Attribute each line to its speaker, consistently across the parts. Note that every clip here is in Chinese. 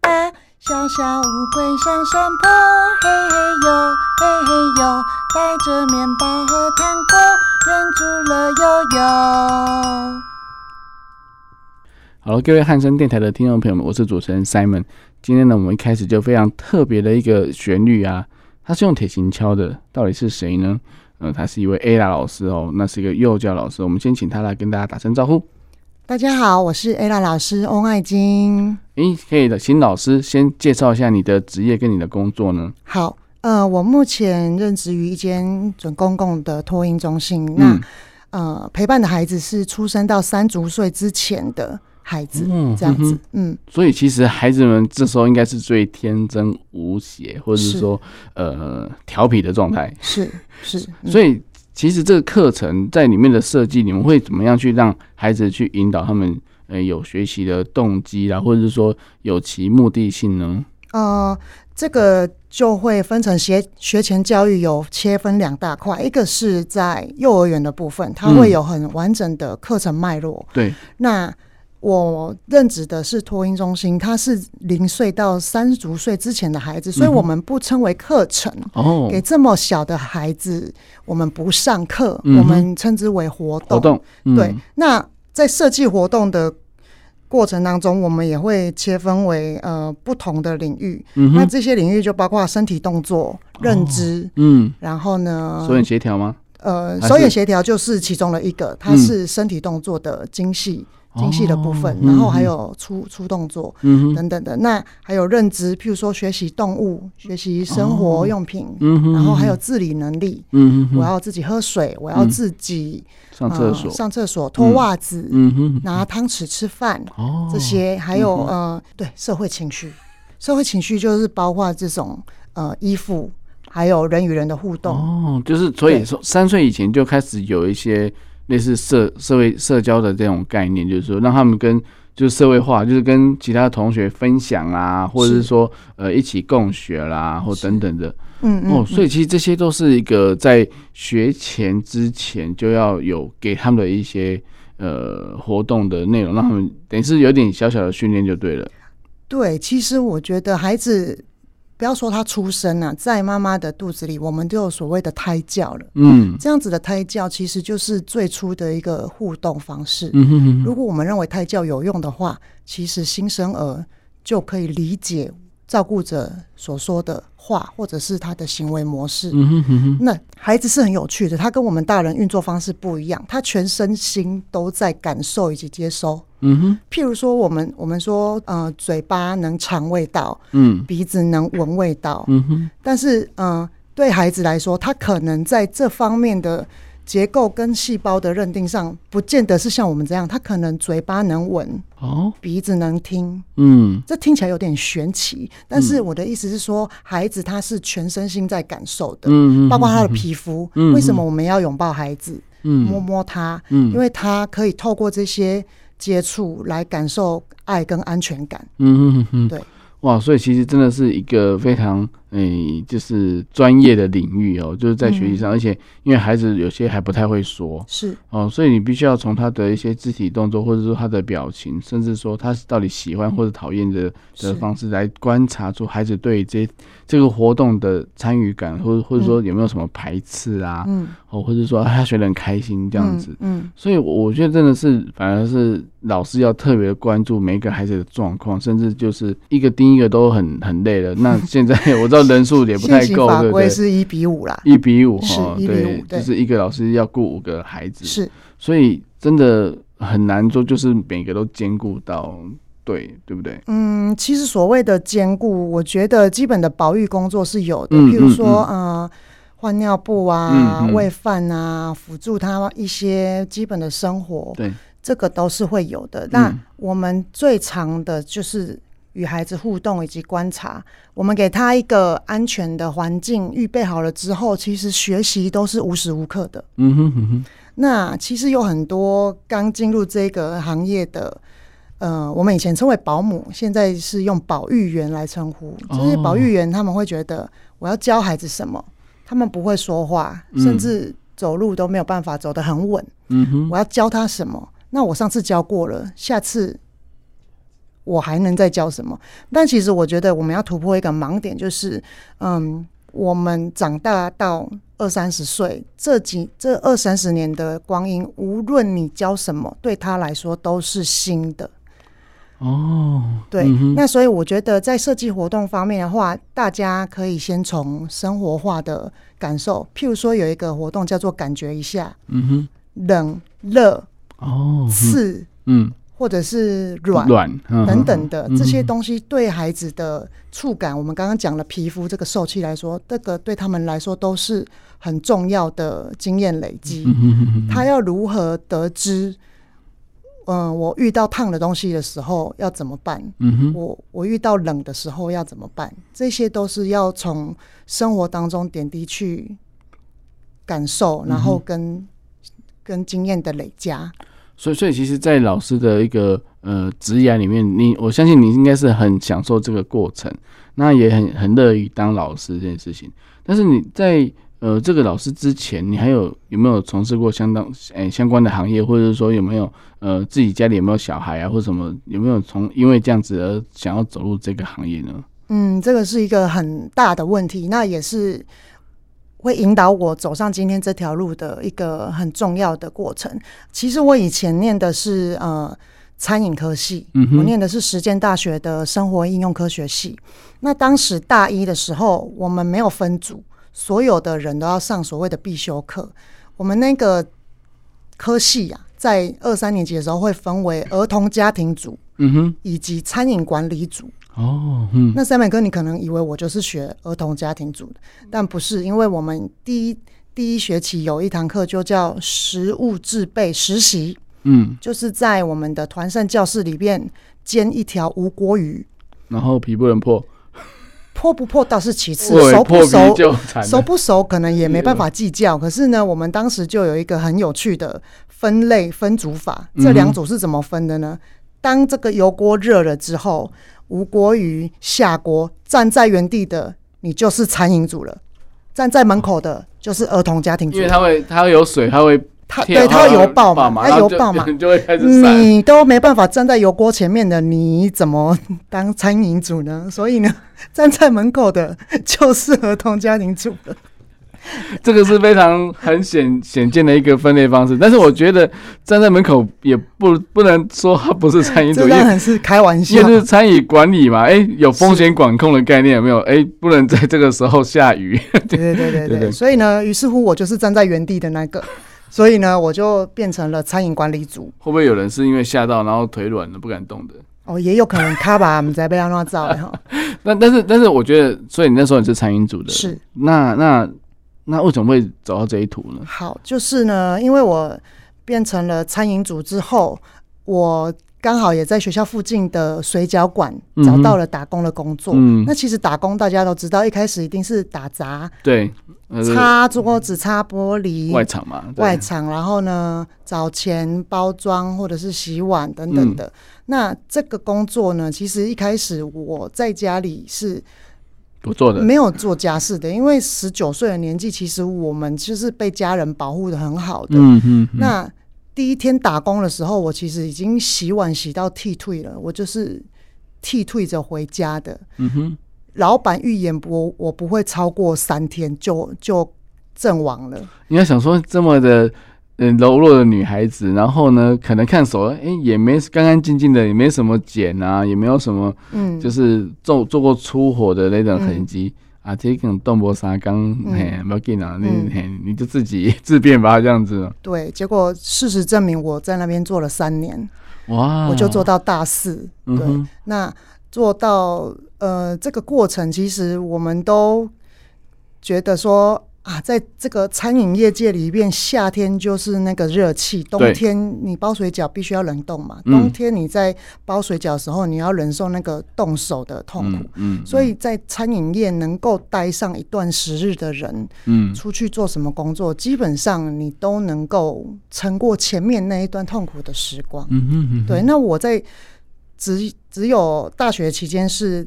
Speaker 1: 八，小小乌龟上山坡，嘿嘿呦，嘿嘿呦，带着面包和糖果，忍住了悠悠。
Speaker 2: 好了，各位汉声电台的听众朋友们，我是主持人 Simon。今天呢，我们一开始就非常特别的一个旋律啊，它是用铁琴敲的，到底是谁呢？呃，他是一位 A 拉老师哦，那是一个幼教老师，我们先请他来跟大家打声招呼。
Speaker 1: 大家好，我是 Ella 老师翁爱晶。
Speaker 2: 诶，可以的，请老师先介绍一下你的职业跟你的工作呢？
Speaker 1: 好，呃，我目前任职于一间准公共的托婴中心，那
Speaker 2: 嗯，
Speaker 1: 呃，陪伴的孩子是出生到三足岁之前的孩子，
Speaker 2: 嗯
Speaker 1: 这样
Speaker 2: 嗯
Speaker 1: 子
Speaker 2: 哼，
Speaker 1: 嗯，
Speaker 2: 所以其实孩子们这时候应该是最天真无邪，或者
Speaker 1: 是
Speaker 2: 是说呃调皮的状态。
Speaker 1: 是是，嗯
Speaker 2: 所以其实这个课程在里面的设计，你们会怎么样去让孩子去引导他们？呃，有学习的动机啦，或者是说有其目的性呢？
Speaker 1: 呃，这个就会分成学学前教育有切分两大块，一个是在幼儿园的部分，它会
Speaker 2: 嗯
Speaker 1: 有很完整的课程脉络。
Speaker 2: 对，
Speaker 1: 那我任职的是托婴中心，它是零岁到三足岁之前的孩子，所以
Speaker 2: 嗯哼
Speaker 1: 我们不称为课程。
Speaker 2: 哦
Speaker 1: 给，这么小的孩子，我们不上课，
Speaker 2: 嗯哼
Speaker 1: 我们称之为活动。
Speaker 2: 活动，嗯
Speaker 1: 对，，那在设计活动的过程当中，我们也会切分为呃不同的领域。
Speaker 2: 嗯
Speaker 1: 那
Speaker 2: 哼，
Speaker 1: 这些领域就包括身体动作、认知，
Speaker 2: 嗯，
Speaker 1: 然后呢
Speaker 2: 手，眼协调吗？
Speaker 1: 呃，
Speaker 2: 还
Speaker 1: 手眼
Speaker 2: 是
Speaker 1: 协调就是其中的一个，它
Speaker 2: 嗯
Speaker 1: 是身体动作的精细、精细的部分
Speaker 2: 哦，
Speaker 1: 然后还，有粗粗动作
Speaker 2: 嗯哼，
Speaker 1: 等等的。那还有认知，譬如说学习动物、学习生活
Speaker 2: 哦
Speaker 1: 用品，
Speaker 2: 嗯哼，
Speaker 1: 然后还有，自理能力。
Speaker 2: 嗯哼，
Speaker 1: 我要自己喝水，我要
Speaker 2: 嗯
Speaker 1: 自己
Speaker 2: 上厕所
Speaker 1: 呃，上厕所、脱袜子、
Speaker 2: 嗯哼，
Speaker 1: 拿汤匙吃饭，
Speaker 2: 哦，
Speaker 1: 这，些，还有、
Speaker 2: 嗯哼
Speaker 1: 呃，对社会情绪，社会情绪就是包括这种呃衣服，还有人与人的互动，
Speaker 2: 哦，就是所以
Speaker 1: 对
Speaker 2: 说三岁以前就开始有一些类似社社会社交的这种概念，就是说让他们跟就是社会化，就是跟其他同学分享啦，或者是说呃一起共学啦，或等等的。
Speaker 1: 嗯嗯，
Speaker 2: 哦，所
Speaker 1: 以
Speaker 2: 以其实这些都是一个在学前之前就要有给他们的一些。呃，活动的内容让他们等于是有点小小的训练就对了。
Speaker 1: 对，其实我觉得孩子。不要说他出生啊，在妈妈的肚子里，我们就有所谓的胎教了。
Speaker 2: 嗯
Speaker 1: 这样子的胎教其实就是最初的一个互动方式。
Speaker 2: 嗯哼哼
Speaker 1: 如
Speaker 2: 哼，
Speaker 1: 果我们认为胎教有用的话，其实新生儿就可以理解照顾者所说的话，或者是他的行为模式。
Speaker 2: 嗯哼哼哼，
Speaker 1: 那孩子是很有趣的，他跟我们大人运作方式不一样，他全身心都在感受以及接收。
Speaker 2: 嗯哼，
Speaker 1: 譬如说，我们我们说，呃，嘴巴能尝味道，
Speaker 2: 嗯
Speaker 1: 鼻子能闻味道，
Speaker 2: 嗯哼，
Speaker 1: 但是，呃，对孩子来说，他可能在这方面的结构跟细胞的认定上，不见得是像我们这样，他可能嘴巴能闻，
Speaker 2: 哦，
Speaker 1: 鼻子能听，
Speaker 2: 嗯
Speaker 1: 这听起来有点玄奇。但是我的意思是说，孩子他是全身心在感受的，
Speaker 2: 嗯，
Speaker 1: 包括他的皮肤。
Speaker 2: 嗯
Speaker 1: 为什么我们要拥抱孩子，
Speaker 2: 嗯，
Speaker 1: 摸摸他？
Speaker 2: 嗯，
Speaker 1: 因为他可以透过这些接触来感受爱跟安全感。
Speaker 2: 嗯嗯嗯，
Speaker 1: 对，
Speaker 2: 哇，所以其实真的是一个非常诶、就是专业的领域哦，就是在学习
Speaker 1: 嗯
Speaker 2: 上，而且因为孩子有些还不太会说
Speaker 1: 是
Speaker 2: 哦，所以你必须要从他的一些肢体动作，或者说他的表情，甚至说他到底喜欢或者讨厌的的
Speaker 1: 是，
Speaker 2: 方式来观察出孩子对这这个活动的参与感，或或者说有没有什么排斥啊，
Speaker 1: 嗯，
Speaker 2: 哦，或者说他学得很开心这样子。
Speaker 1: 嗯，嗯
Speaker 2: 所以，我我觉得真的是，反而是老师要特别关注每一个孩子的状况，甚至就是一个盯一个都很很 累了。那现在 我知道人数也不太
Speaker 1: 现行
Speaker 2: 够，
Speaker 1: 法
Speaker 2: 对不
Speaker 1: 规
Speaker 2: 对？
Speaker 1: 是一比五啦，
Speaker 2: 一比五
Speaker 1: 是
Speaker 2: 哈，
Speaker 1: 1比
Speaker 2: 对，
Speaker 1: 5对
Speaker 2: 就是一个老师要顾五个孩子，
Speaker 1: 是
Speaker 2: 所以真的很难做，就是每个都兼顾到，对对不对？
Speaker 1: 嗯，其实所谓的兼顾，我觉得基本的保育工作是有的，
Speaker 2: 嗯
Speaker 1: 譬如说，呃，换尿布啊、
Speaker 2: 嗯嗯
Speaker 1: 喂饭啊，辅助他一些基本的生活，
Speaker 2: 对，
Speaker 1: 这个都是会有的。那
Speaker 2: 嗯
Speaker 1: 我们最常的就是与孩子互动以及观察。我们给他一个安全的环境，预备好了之后，其实学习都是无时无刻的。
Speaker 2: 嗯哼嗯哼，
Speaker 1: 那其实有很多刚进入这个行业的，呃，我们以前称为保姆，现在是用保育员来称呼。
Speaker 2: 哦
Speaker 1: 就是保育员，他们会觉得我要教孩子什么，他们不会说话，甚至走路都没有办法走得很稳。
Speaker 2: 嗯哼，
Speaker 1: 我要教他什么？那我上次教过了，下次我还能再教什么？但其实我觉得我们要突破一个盲点，就是嗯，我们长大到二三十岁，这几这二三十年的光阴，无论你教什么，对他来说都是新的。
Speaker 2: 哦，
Speaker 1: 对，
Speaker 2: 嗯哼
Speaker 1: 那所以我觉得在设计活动方面的话，大家可以先从生活化的感受，譬如说有一个活动叫做“感觉一下
Speaker 2: 嗯哼，”，
Speaker 1: 冷、热、
Speaker 2: 哦，
Speaker 1: 刺。
Speaker 2: 嗯，
Speaker 1: 或者是软
Speaker 2: 软软
Speaker 1: 等等的
Speaker 2: 嗯
Speaker 1: 这些东西，对孩子的触感，我们刚刚讲了皮肤这个受气来说，这个对他们来说都是很重要的经验累积
Speaker 2: 嗯。哼嗯哼，
Speaker 1: 他要如何得知？嗯、我遇到烫的东西的时候要怎么办？
Speaker 2: 嗯哼，
Speaker 1: 我我遇到冷的时候要怎么办？这些都是要从生活当中点滴去感受，然
Speaker 2: 嗯
Speaker 1: 后跟、跟经验的累加。
Speaker 2: 所以所以其实，在老师的一个呃职涯里面，你我相信你应该是很享受这个过程，那也很很乐于当老师这件事情。但是你在呃这个老师之前，你还有有没有从事过相当诶、相关的行业，或者是说有没有呃自己家里有没有小孩啊，或什么有没有从因为这样子而想要走入这个行业呢？
Speaker 1: 嗯，这个是一个很大的问题，那也是会引导我走上今天这条路的一个很重要的过程。其实我以前念的是呃餐饮科系，
Speaker 2: 嗯
Speaker 1: 我
Speaker 2: 哼，
Speaker 1: 念的是实践大学的生活应用科学系。那当时大一的时候，我们没有分组，所有的人都要上所谓的必修课。我们那个科系啊，在二三年级的时候会分为儿童家庭组
Speaker 2: 嗯哼，
Speaker 1: 以及餐饮管理组。
Speaker 2: 哦，嗯，
Speaker 1: 那三美哥，你可能以为我就是学儿童家庭组的，但不是，因为我们第一第一学期有一堂课就叫食物制备实习，
Speaker 2: 嗯，
Speaker 1: 就是在我们的团膳教室里边煎一条无锅鱼，
Speaker 2: 然后皮不能破，
Speaker 1: 破不破倒是其次，
Speaker 2: 破
Speaker 1: 熟
Speaker 2: 破
Speaker 1: 不
Speaker 2: 皮
Speaker 1: 熟
Speaker 2: 就惨
Speaker 1: 熟
Speaker 2: 了。
Speaker 1: 不熟可能也没办法计
Speaker 2: 嗯
Speaker 1: 较。可是呢，我们当时就有一个很有趣的分类分组法，
Speaker 2: 嗯哼
Speaker 1: 这两组是怎么分的呢？当这个油锅热了之后，无锅鱼下锅，站在原地的你就是餐饮组了，站在门口的就是儿童家庭组
Speaker 2: 因为，它会，它会有水，它会
Speaker 1: 它
Speaker 2: 跳
Speaker 1: 对它
Speaker 2: 然后
Speaker 1: 油爆嘛，
Speaker 2: 然
Speaker 1: 它
Speaker 2: 后
Speaker 1: 油
Speaker 2: 就
Speaker 1: 爆嘛， 嗯
Speaker 2: 就就会开始散。
Speaker 1: 你都没办法站在油锅前面的，你怎么当餐饮组呢？所以呢，站在门口的就是儿童家庭组了。
Speaker 2: 这个是非常很显显见的一个分类方式，但是我觉得站在门口也不不能说它不是餐饮组，
Speaker 1: 这
Speaker 2: 因
Speaker 1: 当
Speaker 2: 为
Speaker 1: 然是啊开玩笑
Speaker 2: 因为，是餐饮管理嘛，哎、有风险管控的概念有没有？哎、不能在这个时候下雨。
Speaker 1: 对对对对
Speaker 2: 对
Speaker 1: 对
Speaker 2: 对
Speaker 1: 所以呢，于是乎我就是站在原地的 那个，所以呢，我就变成了餐饮管理组。
Speaker 2: 会不会有人是因为吓到然后腿软了不敢动的？
Speaker 1: 哦，也有可能卡吧，我们在被他乱造的 哈。
Speaker 2: 那但是但是我觉得，所以你那时候你是餐饮组的，
Speaker 1: 是
Speaker 2: 那那那为什么会走到这一途呢？
Speaker 1: 好，就是呢，因为我变成了餐饮组之后，我刚好也在学校附近的水饺馆
Speaker 2: 嗯哼
Speaker 1: 找到了打工的工作。
Speaker 2: 嗯
Speaker 1: 那其实打工大家都知道，一开始一定是打杂、
Speaker 2: 对，呃
Speaker 1: 擦桌子、擦玻璃、
Speaker 2: 外场嘛，对
Speaker 1: 外场，然后呢找钱包装或者是洗碗等
Speaker 2: 嗯
Speaker 1: 等的。那这个工作呢，其实一开始我在家里是
Speaker 2: 我做的，
Speaker 1: 没有做家事的，因为十九岁的年纪，其实我们就是被家人保护的很好的。
Speaker 2: 嗯嗯，嗯
Speaker 1: 那第一天打工的时候，我其实已经洗碗洗到剃退了，我就是剃退着回家的。
Speaker 2: 嗯哼，
Speaker 1: 老板预言我我不会超过三天就就阵亡了。
Speaker 2: 你要想说这么的，嗯，柔弱的女孩子，然后呢，可能看手，哎、也没干干净净的，也没什么茧啊，也没有什么
Speaker 1: 嗯，
Speaker 2: 就是做做过出火的那种
Speaker 1: 嗯
Speaker 2: 痕迹、啊，这种动波沙缸，
Speaker 1: 嗯
Speaker 2: 嘿，不要紧啊，你、
Speaker 1: 嗯
Speaker 2: 嘿，你就自己自便吧，这样子，
Speaker 1: 对，结果事实证明，我在那边做了三年，
Speaker 2: 哇，
Speaker 1: 我就做，到大四。
Speaker 2: 嗯
Speaker 1: 对，
Speaker 2: 哼，
Speaker 1: 那做到呃这个过程，其实我们都觉得说啊，在这个餐饮业界里面，夏天就是那个热气，冬天你包水饺必须要冷冻嘛，
Speaker 2: 嗯
Speaker 1: 冬天你在包水饺的时候，你要忍受那个冻手的痛苦。
Speaker 2: 嗯嗯，
Speaker 1: 所以在餐饮业能够待上一段时日的人，
Speaker 2: 嗯
Speaker 1: 出去做什么工作，基本上你都能够撑过前面那一段痛苦的时光。
Speaker 2: 嗯哼哼，
Speaker 1: 对，那我在只只有大学期间是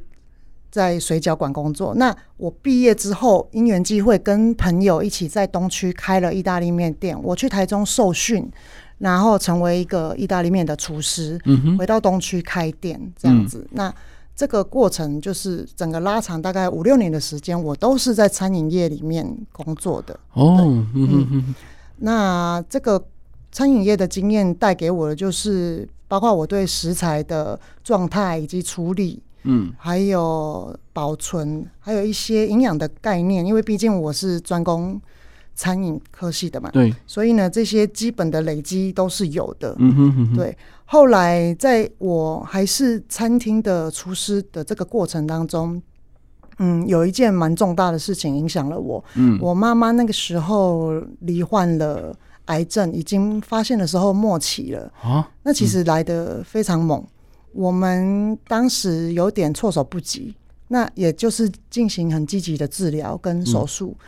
Speaker 1: 在水饺馆工作。那我毕业之后，因缘际会跟朋友一起在东区开了意大利面店。我去台中受训，然后成为一个意大利面的厨师，
Speaker 2: 嗯哼，嗯
Speaker 1: 回到东区开店这样子。那这个过程就是整个拉长大概五六年的时间，我都是在餐饮业里面工作的。
Speaker 2: 哦，嗯哼哼，
Speaker 1: 那这个餐饮业的经验带给我的就是，包括我对食材的状态以及处理，
Speaker 2: 嗯
Speaker 1: 还有保存，还有一些营养的概念。因为毕竟我是专攻餐饮科系的嘛，
Speaker 2: 对，
Speaker 1: 所以呢，这些基本的累积都是有的。
Speaker 2: 嗯哼哼，，
Speaker 1: 对，后来在我还是餐厅的厨师的这个过程当中，嗯，有一件蛮重大的事情影响了我。
Speaker 2: 嗯
Speaker 1: 我妈妈那个时候罹患了癌症，已经发现的时候末期了。
Speaker 2: 啊，
Speaker 1: 那其实来的非常猛，我们当时有点措手不及。那也就是进行很积极的治疗跟手术。
Speaker 2: 嗯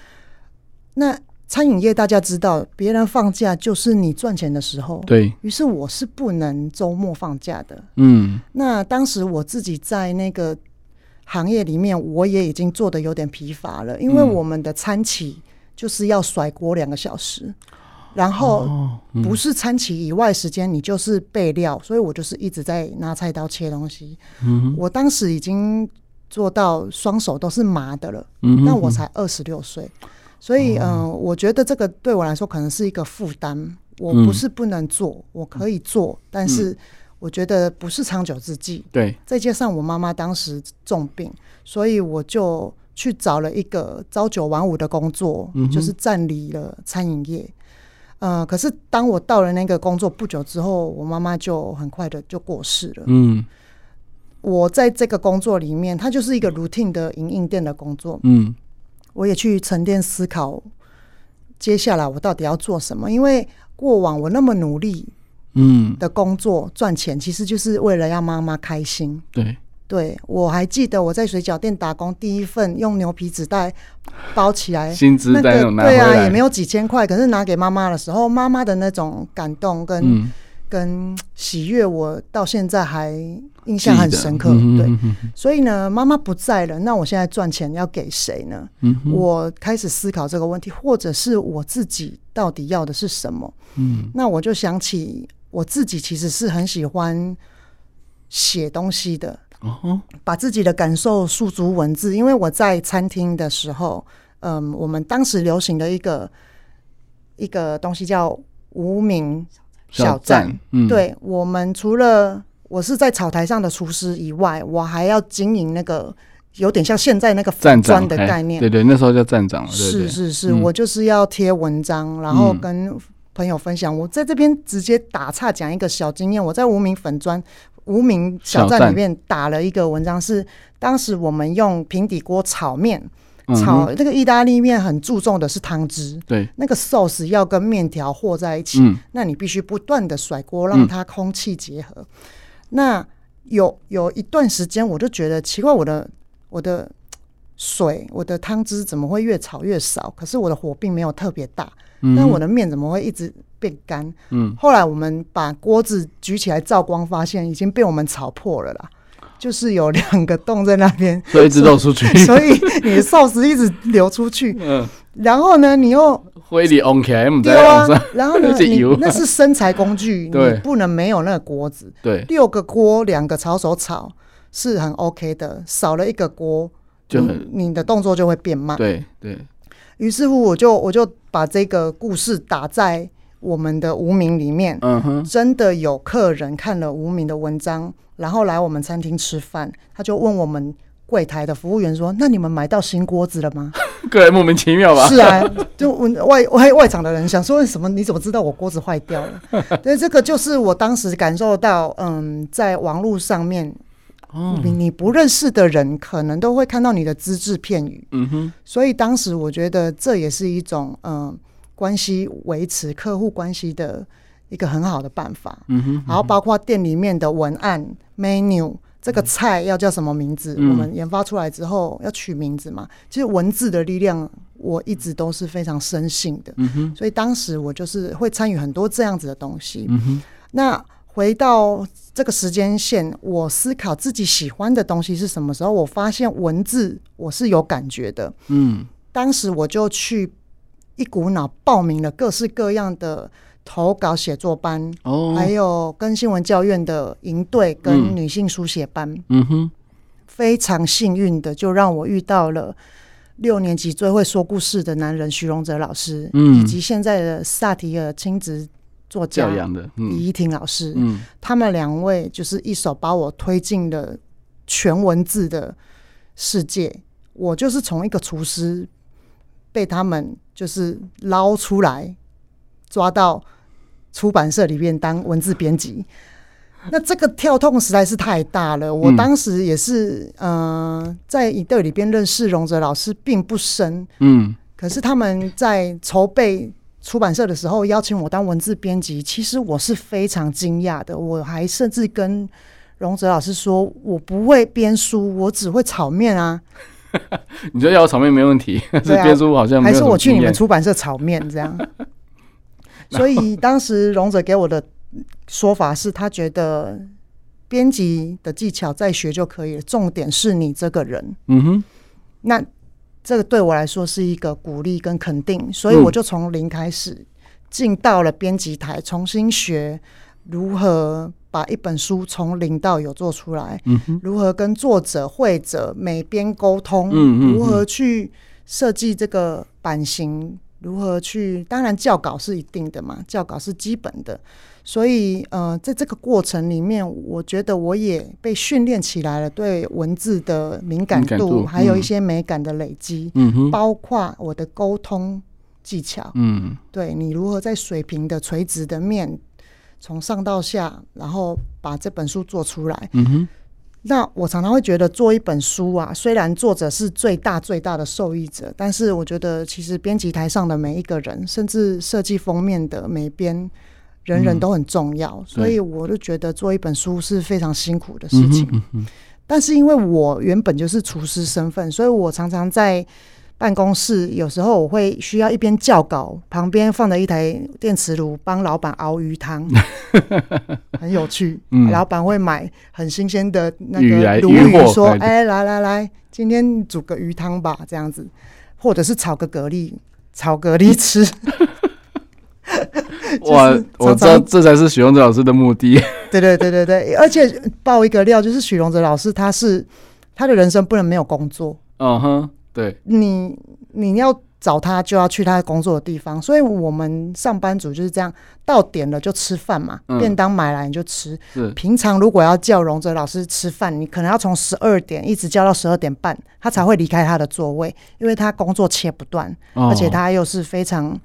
Speaker 1: 那餐饮业大家知道，别人放假就是你赚钱的时候。
Speaker 2: 对，
Speaker 1: 于是我是不能周末放假的。
Speaker 2: 嗯
Speaker 1: 那当时我自己在那个行业里面，我也已经做的有点疲乏了，因为
Speaker 2: 嗯
Speaker 1: 我们的餐期就是要甩锅两个小时，然后
Speaker 2: 哦，
Speaker 1: 不是餐期以外时间，你就是备料，所以我就是一直在拿菜刀切东西。
Speaker 2: 嗯
Speaker 1: 我当时已经做到双手都是麻的了，
Speaker 2: 嗯，
Speaker 1: 但我才二十六岁，所以嗯、呃我觉得这个对我来说可能是一个负担。我
Speaker 2: 哦嗯
Speaker 1: 不是不能做，我可以做，但是我觉得不是长久之计。
Speaker 2: 对，
Speaker 1: 再加上我妈妈当时重病，所以我就去找了一个朝九晚五的工作，
Speaker 2: 嗯哼
Speaker 1: 就是暂离了餐饮业。呃，可是当我到了那个工作不久之后，我妈妈就很快的就过世了。
Speaker 2: 嗯
Speaker 1: 我在这个工作里面，它就是一个 routine 的营运店的工作，
Speaker 2: 嗯
Speaker 1: 我也去沉淀思考，接下来我到底要做什么？因为过往我那么努力
Speaker 2: 嗯，
Speaker 1: 的工作赚钱，其实就是为了让妈妈开心。
Speaker 2: 对，
Speaker 1: 对我还记得我在水饺店打工第一份，用牛皮纸袋包起来，
Speaker 2: 薪资
Speaker 1: 那
Speaker 2: 单
Speaker 1: 个
Speaker 2: 有拿回
Speaker 1: 对啊，
Speaker 2: 来，
Speaker 1: 也没有几千块，可是拿给妈妈的时候，妈妈的那种感动跟、
Speaker 2: 嗯，
Speaker 1: 跟喜悦，我到现在还印象很深
Speaker 2: 嗯
Speaker 1: 刻。对，
Speaker 2: 对，
Speaker 1: 所以呢，妈妈不在了，那我现在赚钱要给谁呢？
Speaker 2: 嗯，
Speaker 1: 我开始思考这个问题，或者是我自己到底要的是什么？
Speaker 2: 嗯
Speaker 1: 那我就想起我自己其实是很喜欢写东西的，
Speaker 2: 哦，
Speaker 1: 把自己的感受诉诸文字。因为我在餐厅的时候，嗯，我们当时流行的一个一个东西叫无名小站，，
Speaker 2: 嗯，，
Speaker 1: 对我们除了我是在草台上的厨师以外，我还要经营那个有点像现在那个粉
Speaker 2: 站
Speaker 1: 砖
Speaker 2: 长哎
Speaker 1: 的概念
Speaker 2: 对。对，那时候叫站长了，对
Speaker 1: 是
Speaker 2: 对，
Speaker 1: 是是，
Speaker 2: 嗯
Speaker 1: 我就是要贴文章，然后
Speaker 2: 嗯
Speaker 1: 跟朋友分享。我在这边直接打岔讲一个小经验，我在无名粉砖。无名小
Speaker 2: 小
Speaker 1: 站
Speaker 2: 站
Speaker 1: 里面打了一个文章，是当时我们用平底锅炒面，炒
Speaker 2: 嗯
Speaker 1: 那个意大利面很注重的是汤汁，
Speaker 2: 对，
Speaker 1: 那个 sauce 要跟面条和在一起，
Speaker 2: 嗯
Speaker 1: 那你必须不断的甩锅，
Speaker 2: 嗯
Speaker 1: 让它空气结合。那有有一段时间，我就觉得奇怪，我的我的水，我的汤汁怎么会越炒越少？可是我的火并没有特别大，
Speaker 2: 嗯，
Speaker 1: 但我的面怎么会一直变干？
Speaker 2: 嗯，
Speaker 1: 后来我们把锅子举起来照光，发现已经被我们炒破了啦，就是有两个洞在那边
Speaker 2: 所以一直 漏出去，
Speaker 1: 所以你的 sauce 一直流出去。
Speaker 2: 嗯，
Speaker 1: 然后呢，你又
Speaker 2: 灰里 on K M
Speaker 1: 对
Speaker 2: 在网
Speaker 1: 啊
Speaker 2: 上，，
Speaker 1: 然 后
Speaker 2: 而
Speaker 1: 呢，
Speaker 2: 且
Speaker 1: 你
Speaker 2: 油啊
Speaker 1: 那是生财工具，
Speaker 2: 对
Speaker 1: 你不能没有那个锅子。
Speaker 2: 对，
Speaker 1: 六个锅，两个炒手炒是很 OK 的，少了一个锅，
Speaker 2: 就
Speaker 1: 你
Speaker 2: 很
Speaker 1: 你的动作就会变慢。
Speaker 2: 对对，
Speaker 1: 于是乎，我就我就把这个故事打在我们的无名里面。
Speaker 2: 嗯哼，
Speaker 1: 真的有客人看了无名的文章，然后来我们餐厅吃饭，他就问我们柜台的服务员说：“那你们买到新锅子了吗？”
Speaker 2: 个人莫名其妙吧，
Speaker 1: 是啊，就问外外外场的人想说什么？你怎么知道我锅子坏掉 了？对，这个就是我当时感受到，嗯，在网络上面
Speaker 2: 哦，
Speaker 1: 你你不认识的人可能都会看到你的只字片语，
Speaker 2: 嗯哼，
Speaker 1: 所以当时我觉得这也是一种嗯、呃关系维持客户关系的一个很好的办法。
Speaker 2: 嗯哼，
Speaker 1: 然后包括店里面的文案、menu 这个菜要叫什么名字，
Speaker 2: 嗯
Speaker 1: 我们研发出来之后要取名字嘛。其实文字的力量，我一直都是非常深信的，
Speaker 2: 嗯哼，
Speaker 1: 所以当时我就是会参与很多这样子的东西。
Speaker 2: 嗯哼，
Speaker 1: 那回到这个时间线，我思考自己喜欢的东西是什么时候，我发现文字我是有感觉的。
Speaker 2: 嗯
Speaker 1: 当时我就去一股脑报名了各式各样的投稿写作班，
Speaker 2: 哦，
Speaker 1: 还有跟新闻教院的营队跟
Speaker 2: 嗯
Speaker 1: 女性书写班，
Speaker 2: 嗯哼，
Speaker 1: 非常幸运的就让我遇到了六年级最会说故事的男人徐荣哲老师，
Speaker 2: 嗯
Speaker 1: 以及现在的萨提尔亲子作家
Speaker 2: 教养的，嗯
Speaker 1: 李依婷老师，
Speaker 2: 嗯
Speaker 1: 他们两位就是一手把我推进了全文字的世界。我就是从一个厨师被他们就是捞出来，抓到出版社里面当文字编辑。那这个跳痛实在是太大了。我
Speaker 2: 嗯
Speaker 1: 当时也是，呃，在一队里边认识荣哲老师并不深，
Speaker 2: 嗯
Speaker 1: 可是他们在筹备出版社的时候邀请我当文字编辑，其实我是非常惊讶的。我还甚至跟荣哲老师说，我不会编书，我只会炒面啊，
Speaker 2: 你说要炒面没问题， 但是
Speaker 1: 对啊
Speaker 2: 编书好像没
Speaker 1: 还
Speaker 2: 有
Speaker 1: 是
Speaker 2: 什么
Speaker 1: 我去
Speaker 2: 经
Speaker 1: 你
Speaker 2: 验
Speaker 1: 们出版社炒面这 样。所以当时荣哲给我的说法是，他觉得编辑的技巧再学就可以了，重点是你这个人。
Speaker 2: 嗯哼，
Speaker 1: 那这个对我来说是一个鼓励跟肯定，所以
Speaker 2: 嗯
Speaker 1: 我就从零开始进到了编辑台，重新学如何把一本书从零到有做出来，
Speaker 2: 嗯哼，
Speaker 1: 如何跟作者、会者、美编沟通，
Speaker 2: 嗯嗯嗯
Speaker 1: 如何去设计这个版型。如何去？当然，校稿是一定的嘛，校稿是基本的。所以，呃，在这个过程里面，我觉得我也被训练起来了，对文字的敏感
Speaker 2: 敏感
Speaker 1: 度，
Speaker 2: 度
Speaker 1: 还有一
Speaker 2: 嗯
Speaker 1: 些美感的累积，
Speaker 2: 嗯哼，
Speaker 1: 包括我的沟通技巧。
Speaker 2: 嗯
Speaker 1: 对你如何在水平的、垂直的面，从上到下，然后把这本书做出来。
Speaker 2: 嗯哼，
Speaker 1: 那我常常会觉得做一本书啊，虽然作者是最大最大的受益者，但是我觉得其实编辑台上的每一个人，甚至设计封面的每编，人人
Speaker 2: 嗯
Speaker 1: 都很重要。所以我就觉得做一本书是非常辛苦的事情。
Speaker 2: 嗯哼，
Speaker 1: 但是因为我原本就是厨师身份，所以我常常在办公室，有时候我会需要一边校稿，旁边放着一台电磁炉，帮老板熬鱼 汤，很有趣。
Speaker 2: 嗯
Speaker 1: 老板会买很新鲜的那
Speaker 2: 鱼来
Speaker 1: 个鲈
Speaker 2: 鱼货
Speaker 1: 鱼，说
Speaker 2: 来：“的
Speaker 1: 哎，来来来，今天煮个鱼汤吧，这样子，或者是炒个蛤蜊，炒蛤蜊吃。”
Speaker 2: 哇
Speaker 1: 就是，
Speaker 2: 我
Speaker 1: 常
Speaker 2: 知道
Speaker 1: 常
Speaker 2: 这才是许荣哲老师的目的，
Speaker 1: 对对对对对，而且爆一个料，就是许荣哲老师，他是他的人生不能没有工作。
Speaker 2: 嗯哼，对，
Speaker 1: 你你要找他，就要去他工作的地方。所以我们上班族就是这样，到点了就吃饭嘛，
Speaker 2: 嗯
Speaker 1: 便当买来你就吃。
Speaker 2: 是，
Speaker 1: 平常如果要叫荣哲老师吃饭，你可能要从十二点一直叫到十二点半，他才会离开他的座位，因为他工作切不断，
Speaker 2: 哦
Speaker 1: 而且他又是非常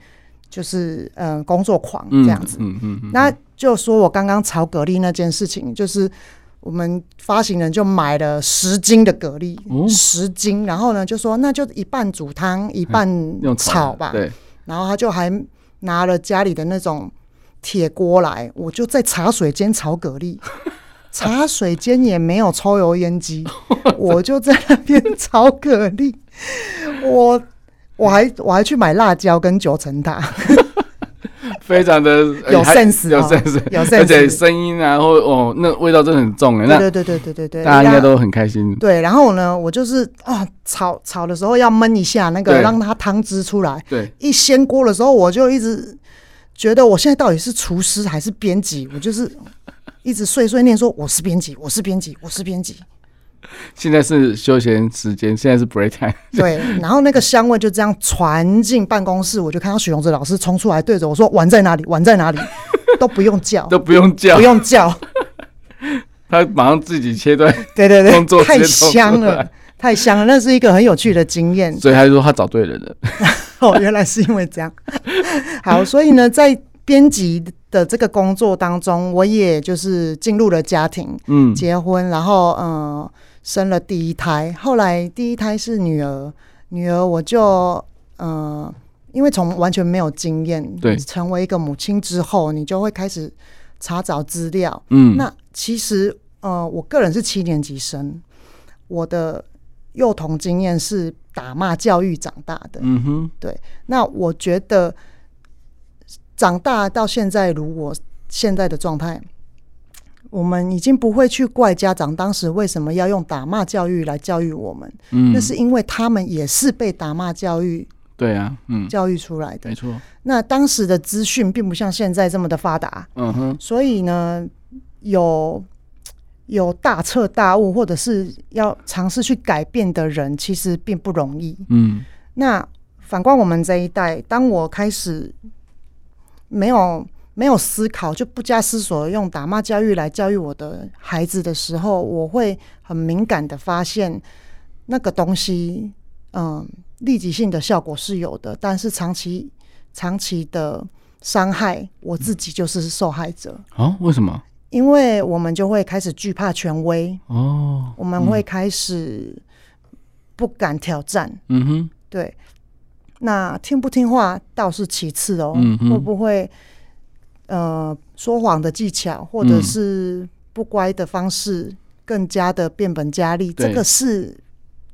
Speaker 1: 就是嗯、呃工作狂
Speaker 2: 嗯
Speaker 1: 这样子。
Speaker 2: 嗯嗯嗯，
Speaker 1: 那就说我刚刚炒蛤蜊那件事情，就是我们发行人就买了十斤的蛤蜊，
Speaker 2: 哦
Speaker 1: 十斤，然后呢就说那就一半煮汤，一半
Speaker 2: 嗯用
Speaker 1: 炒
Speaker 2: 的
Speaker 1: 吧。
Speaker 2: 对，
Speaker 1: 然后他就还拿了家里的那种铁锅来，我就在茶水间炒蛤 蜊。茶水间也没有抽油烟 机，我就在那边炒蛤蜊。我我还我还去买辣椒跟九层塔，
Speaker 2: 非常的哎
Speaker 1: 有 sense
Speaker 2: 有
Speaker 1: 哦
Speaker 2: sense，
Speaker 1: 有 sense
Speaker 2: 而且声音啊，或哦，那味道真的很重哎，那
Speaker 1: 对对对对对对对，
Speaker 2: 大家应该
Speaker 1: 那
Speaker 2: 都很开心，
Speaker 1: 对，然后呢，我就是啊，炒炒的时候要焖一下，那个
Speaker 2: 对
Speaker 1: 让它汤汁出来。
Speaker 2: 对，
Speaker 1: 一掀锅的时候，我就一直觉得我现在到底是厨师还是编辑？我就是一直碎碎念说我是编辑，我是编辑，我是编 辑。
Speaker 2: 现在是休闲时间，现在是 break time，
Speaker 1: 对，然后那个香味就这样传进办公室，我就看到许荣哲老师冲出来，对着我说：“碗在哪里？碗在 哪里？”都不用叫，
Speaker 2: 都不用叫
Speaker 1: 哦不，用叫，
Speaker 2: 他马上自己切断，
Speaker 1: 对对
Speaker 2: 工作
Speaker 1: 对，
Speaker 2: 直接
Speaker 1: 太
Speaker 2: 冲出
Speaker 1: 香了
Speaker 2: 来，
Speaker 1: 太香了，那是一个很有趣的经验。
Speaker 2: 所以他就说他找对人了。
Speaker 1: 哦，原来是因为这样。好，所以呢，在编辑的这个工作当中，我也就是进入了家庭，
Speaker 2: 嗯，
Speaker 1: 结婚，然后呃生了第一胎，后来第一胎是女儿，女儿我就呃因为从完全没有经验，
Speaker 2: 对
Speaker 1: 成为一个母亲之后，你就会开始查找资料。
Speaker 2: 嗯，
Speaker 1: 那其实呃我个人是七年级生，我的幼童经验是打骂教育长大的，
Speaker 2: 嗯哼，
Speaker 1: 那我觉得长大到现在，如我现在的状态，我们已经不会去怪家长当时为什么要用打骂教育来教育我们，
Speaker 2: 嗯，
Speaker 1: 那是因为他们也是被打骂教育
Speaker 2: 对啊，嗯，
Speaker 1: 教育出来的
Speaker 2: 没。错，
Speaker 1: 那当时的资讯并不像现在这么的发达，
Speaker 2: 嗯哼，
Speaker 1: 所以呢，有。有大彻大悟，或者是要尝试去改变的人，其实并不容易。
Speaker 2: 嗯，
Speaker 1: 那反观我们这一代，当我开始没有没有思考，就不加思索地用打骂教育来教育我的孩子的时候，我会很敏感的发现那个东西，嗯，立即性的效果是有的，但是长期长期的伤害，我自己就是受害者，
Speaker 2: 哦，为什么？
Speaker 1: 因为我们就会开始惧怕权威，
Speaker 2: 哦，
Speaker 1: 我们会开始不敢挑战。
Speaker 2: 嗯哼，
Speaker 1: 对，那听不听话倒是其次哦，
Speaker 2: 嗯哼
Speaker 1: 会不会呃说谎的技巧，或者
Speaker 2: 嗯
Speaker 1: 是不乖的方式，更加的变本加厉，这
Speaker 2: 对
Speaker 1: 个是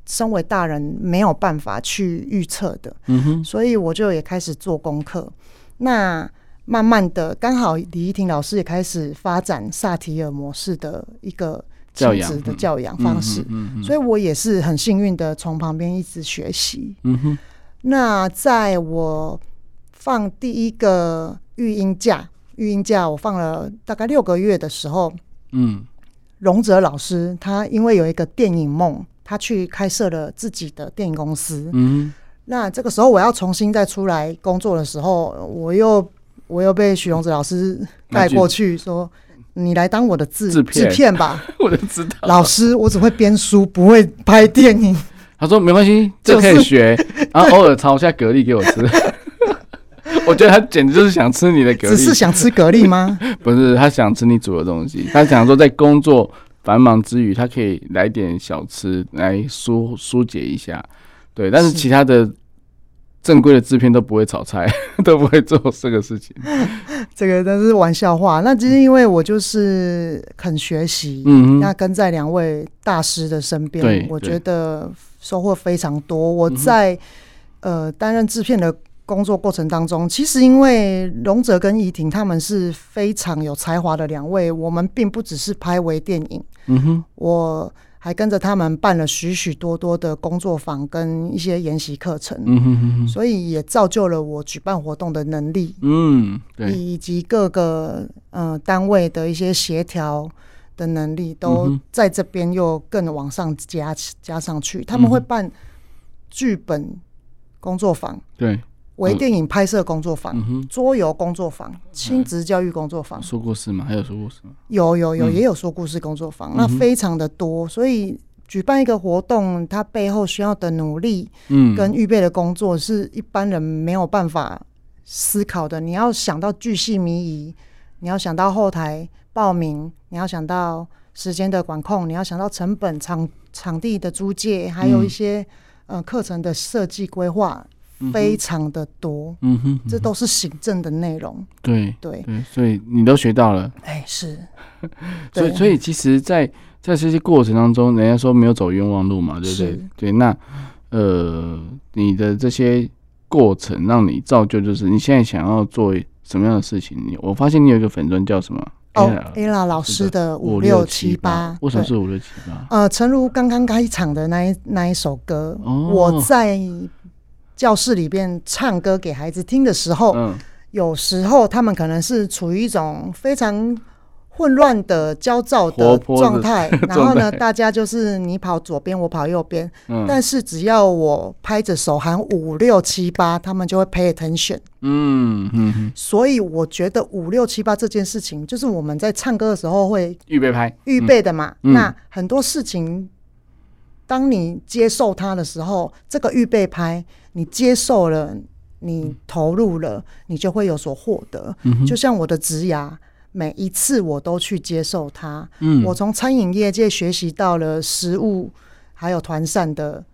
Speaker 1: 身为大人没有办法去预测的，
Speaker 2: 嗯哼，
Speaker 1: 所以我就也开始做功课。那慢慢的，刚好李依婷老师也开始发展萨提尔模式的一个亲
Speaker 2: 教养
Speaker 1: 子的
Speaker 2: 嗯
Speaker 1: 教养方式，
Speaker 2: 嗯哼，
Speaker 1: 所以我也是很幸运的从旁边一直学习。
Speaker 2: 嗯哼，
Speaker 1: 那在我放第一个育婴假，育婴假我放了大概六个月的时候，
Speaker 2: 嗯，
Speaker 1: 荣哲老师他因为有一个电影梦，他去开设了自己的电影公司。
Speaker 2: 嗯
Speaker 1: 那这个时候我要重新再出来工作的时候，我又我又被许荣哲老师带过去说：“你来当我的制
Speaker 2: 制片
Speaker 1: 吧，
Speaker 2: 哼，我就知道。
Speaker 1: 老师，我只会编书，不会拍电 影。”
Speaker 2: 他说没关系，这可以学，然后偶尔炒一下蛤蜊给我吃。 我觉得他简直就是想吃你的蛤
Speaker 1: 只是
Speaker 2: 蜊，
Speaker 1: 想吃蛤蜊吗？
Speaker 2: 不是他想吃你煮的东西，他想说在工作繁忙之余，他可以来点小吃来疏疏解一下。对，但是
Speaker 1: 是
Speaker 2: 其他的正规的制片都不会炒菜， 都不会做这个事情。
Speaker 1: 这个真是玩笑话。那只是因为我就是肯学习，
Speaker 2: 嗯
Speaker 1: 那
Speaker 2: 哼，
Speaker 1: 跟在两位大师的身
Speaker 2: 对
Speaker 1: 边，我
Speaker 2: 对
Speaker 1: 觉得收获非常多。我
Speaker 2: 嗯哼
Speaker 1: 在、呃担任制片的工作过程当中，其实因为龙哲跟怡婷他们是非常有才华的两位，我们并不只是拍微电影，
Speaker 2: 嗯哼，
Speaker 1: 我还跟着他们办了许许多多的工作坊跟一些研习课程，
Speaker 2: 嗯哼哼哼，
Speaker 1: 所以也造就了我举办活动的能力。
Speaker 2: 嗯，对，
Speaker 1: 以及各个呃单位的一些协调的能力，
Speaker 2: 嗯
Speaker 1: 都
Speaker 2: 哼
Speaker 1: 在这边又更往上加加上去。他们会
Speaker 2: 嗯哼
Speaker 1: 办剧本工作坊、
Speaker 2: 对，
Speaker 1: 微
Speaker 2: 嗯
Speaker 1: 电影拍摄工作坊、
Speaker 2: 嗯哼，
Speaker 1: 桌游工作坊、亲子教育工作坊，
Speaker 2: 说故事吗？还有说故事吗？
Speaker 1: 有有有，
Speaker 2: 嗯
Speaker 1: 也有说故事工作坊，
Speaker 2: 嗯
Speaker 1: 那
Speaker 2: 哼
Speaker 1: 非常的多，所以。举办一个活动，它背后需要的努力
Speaker 2: 嗯，
Speaker 1: 跟预备的工作，是一般人没有办法思考的。你要想到巨细靡遗，你要想到后台报名，你要想到时间的管控，你要想到成本、场场地的租借，还
Speaker 2: 嗯
Speaker 1: 有一些、呃课程的设计规划，非常的多。
Speaker 2: 嗯哼，嗯哼，
Speaker 1: 这都是行政的内容，
Speaker 2: 对
Speaker 1: 对，
Speaker 2: 对，所以你都学到了。
Speaker 1: 哎，是，
Speaker 2: 所以，
Speaker 1: 对
Speaker 2: 所以其实在，在这些过程当中，人家说没有走冤枉路嘛，对不对
Speaker 1: 是？
Speaker 2: 对，那呃，你的这些过程让你造就，就是你现在想要做什么样的事情？你我发现你有一个粉砖叫什么？
Speaker 1: 哦
Speaker 2: AR
Speaker 1: ，ella 老师的五
Speaker 2: 六
Speaker 1: 六七八，
Speaker 2: 为什么
Speaker 1: 对
Speaker 2: 是五六七八？
Speaker 1: 呃，诚如刚刚开场的那一那一首歌，
Speaker 2: 哦
Speaker 1: 我在教室里边唱歌给孩子听的时候，
Speaker 2: 嗯
Speaker 1: 有时候他们可能是处于一种非常混乱的、焦躁
Speaker 2: 活
Speaker 1: 的
Speaker 2: 泼的
Speaker 1: 状态，然后
Speaker 2: 状
Speaker 1: 呢，
Speaker 2: 态
Speaker 1: 大家就是你跑左边，我跑右边，
Speaker 2: 嗯，
Speaker 1: 但是只要我拍着手喊五六七八，他们就会 pay attention。
Speaker 2: 嗯嗯嗯，
Speaker 1: 所以我觉得五六七八这件事情，就是我们在唱歌的时候会
Speaker 2: 预备拍，
Speaker 1: 预备的嘛。
Speaker 2: 嗯
Speaker 1: 那很多事情，当你接受它的时候，这个预备拍你接受了，你投入了，你就会有所获得。
Speaker 2: 嗯哼
Speaker 1: 就像我的职涯，每一次我都去接受它。
Speaker 2: 嗯
Speaker 1: 我从餐饮业界学习到了食物还有团膳的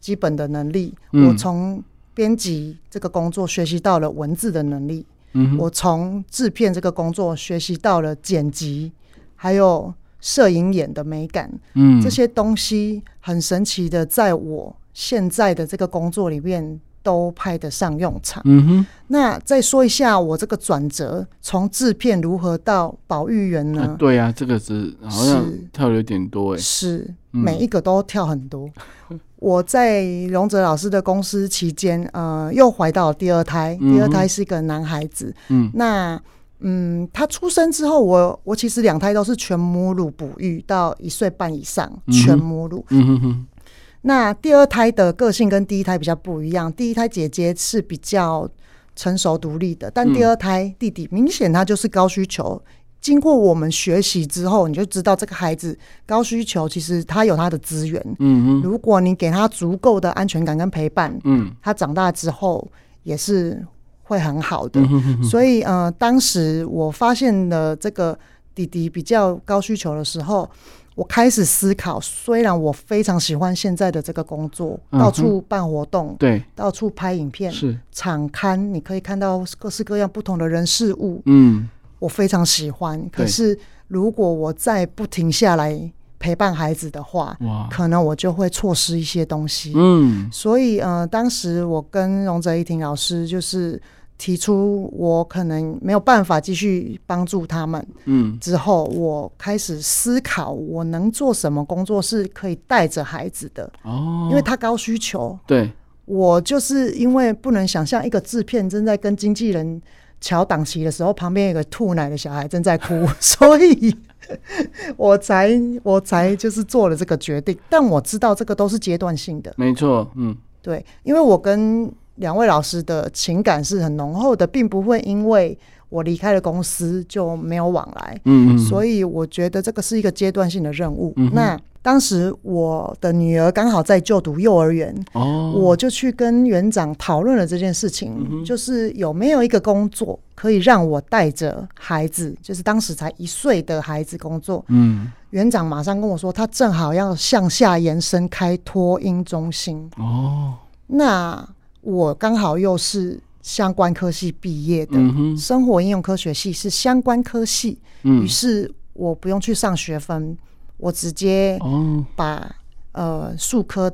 Speaker 1: 基本的能力，
Speaker 2: 嗯
Speaker 1: 我从编辑这个工作学习到了文字的能力，
Speaker 2: 嗯哼
Speaker 1: 我从制片这个工作学习到了剪辑，还有摄影眼的美感。
Speaker 2: 嗯
Speaker 1: 这些东西很神奇的，在我现在的这个工作里面都派得上用场。
Speaker 2: 嗯哼
Speaker 1: 那再说一下我这个转折，从制片如何到保育员呢？
Speaker 2: 啊，对啊，这个是好像
Speaker 1: 是
Speaker 2: 跳的有点多哎，
Speaker 1: 是
Speaker 2: 嗯
Speaker 1: 每一个都跳很多。 我在荣泽老师的公司期间，呃，又怀到了第二胎，
Speaker 2: 嗯哼
Speaker 1: 第二胎是一个男孩子。
Speaker 2: 嗯
Speaker 1: 那嗯，他出生之后，我我其实两胎都是全母乳哺育到一岁半以上，
Speaker 2: 哼
Speaker 1: 全母乳。
Speaker 2: 嗯哼哼，
Speaker 1: 那第二胎的个性跟第一胎比较不一样，第一胎姐姐是比较成熟独立的，但
Speaker 2: 嗯
Speaker 1: 第二胎弟弟明显他就是高需求。经过我们学习之后，你就知道这个孩子高需求，其实他有他的资源。
Speaker 2: 嗯哼
Speaker 1: 如果你给他足够的安全感跟陪伴，
Speaker 2: 嗯
Speaker 1: 他长大之后也是会很好的。
Speaker 2: 嗯哼哼，
Speaker 1: 所以呃，当时我发现了这个弟弟比较高需求的时候，我开始思考，虽然我非常喜欢现在的这个工作，
Speaker 2: 嗯哼
Speaker 1: 到处办活动，
Speaker 2: 对
Speaker 1: 到处拍影片，
Speaker 2: 是
Speaker 1: 场刊，你可以看到各式各样不同的人事物，
Speaker 2: 嗯
Speaker 1: 我非常喜欢。
Speaker 2: 对
Speaker 1: 可是如果我再不停下来陪伴孩子的话，
Speaker 2: 哇
Speaker 1: 可能我就会错失一些东西。
Speaker 2: 嗯
Speaker 1: 所以呃，当时我跟荣泽一婷老师就是提出我可能没有办法继续帮助他们，
Speaker 2: 嗯
Speaker 1: 之后我开始思考我能做什么工作是可以带着孩子的，
Speaker 2: 哦，
Speaker 1: 因为他高需求。
Speaker 2: 对
Speaker 1: 我就是因为不能想象一个制片正在跟经纪人瞧档期的时候，旁边有个吐奶的小孩正在哭， 所以我才我才就是做了这个决定。但我知道这个都是阶段性的，
Speaker 2: 没错嗯
Speaker 1: 对，因为我跟两位老师的情感是很浓厚的，并不会因为我离开了公司就没有往来，
Speaker 2: 嗯嗯，
Speaker 1: 所
Speaker 2: 以
Speaker 1: 以我觉得这个是一个阶段性的任务。
Speaker 2: 嗯哼
Speaker 1: 那当时我的女儿刚好在就读幼儿园，
Speaker 2: 哦
Speaker 1: 我就去跟园长讨论了这件事情，
Speaker 2: 嗯哼
Speaker 1: 就是有没有一个工作可以让我带着孩子，就是当时才一岁的孩子工作。
Speaker 2: 嗯
Speaker 1: 园长马上跟我说，他正好要向下延伸开托婴中心。
Speaker 2: 哦
Speaker 1: 那我刚好又是相关科系毕业的，
Speaker 2: 嗯哼
Speaker 1: 生活应用科学系是相关科系，于
Speaker 2: 嗯
Speaker 1: 是我不用去上学分，我直接
Speaker 2: 哦
Speaker 1: 把呃数科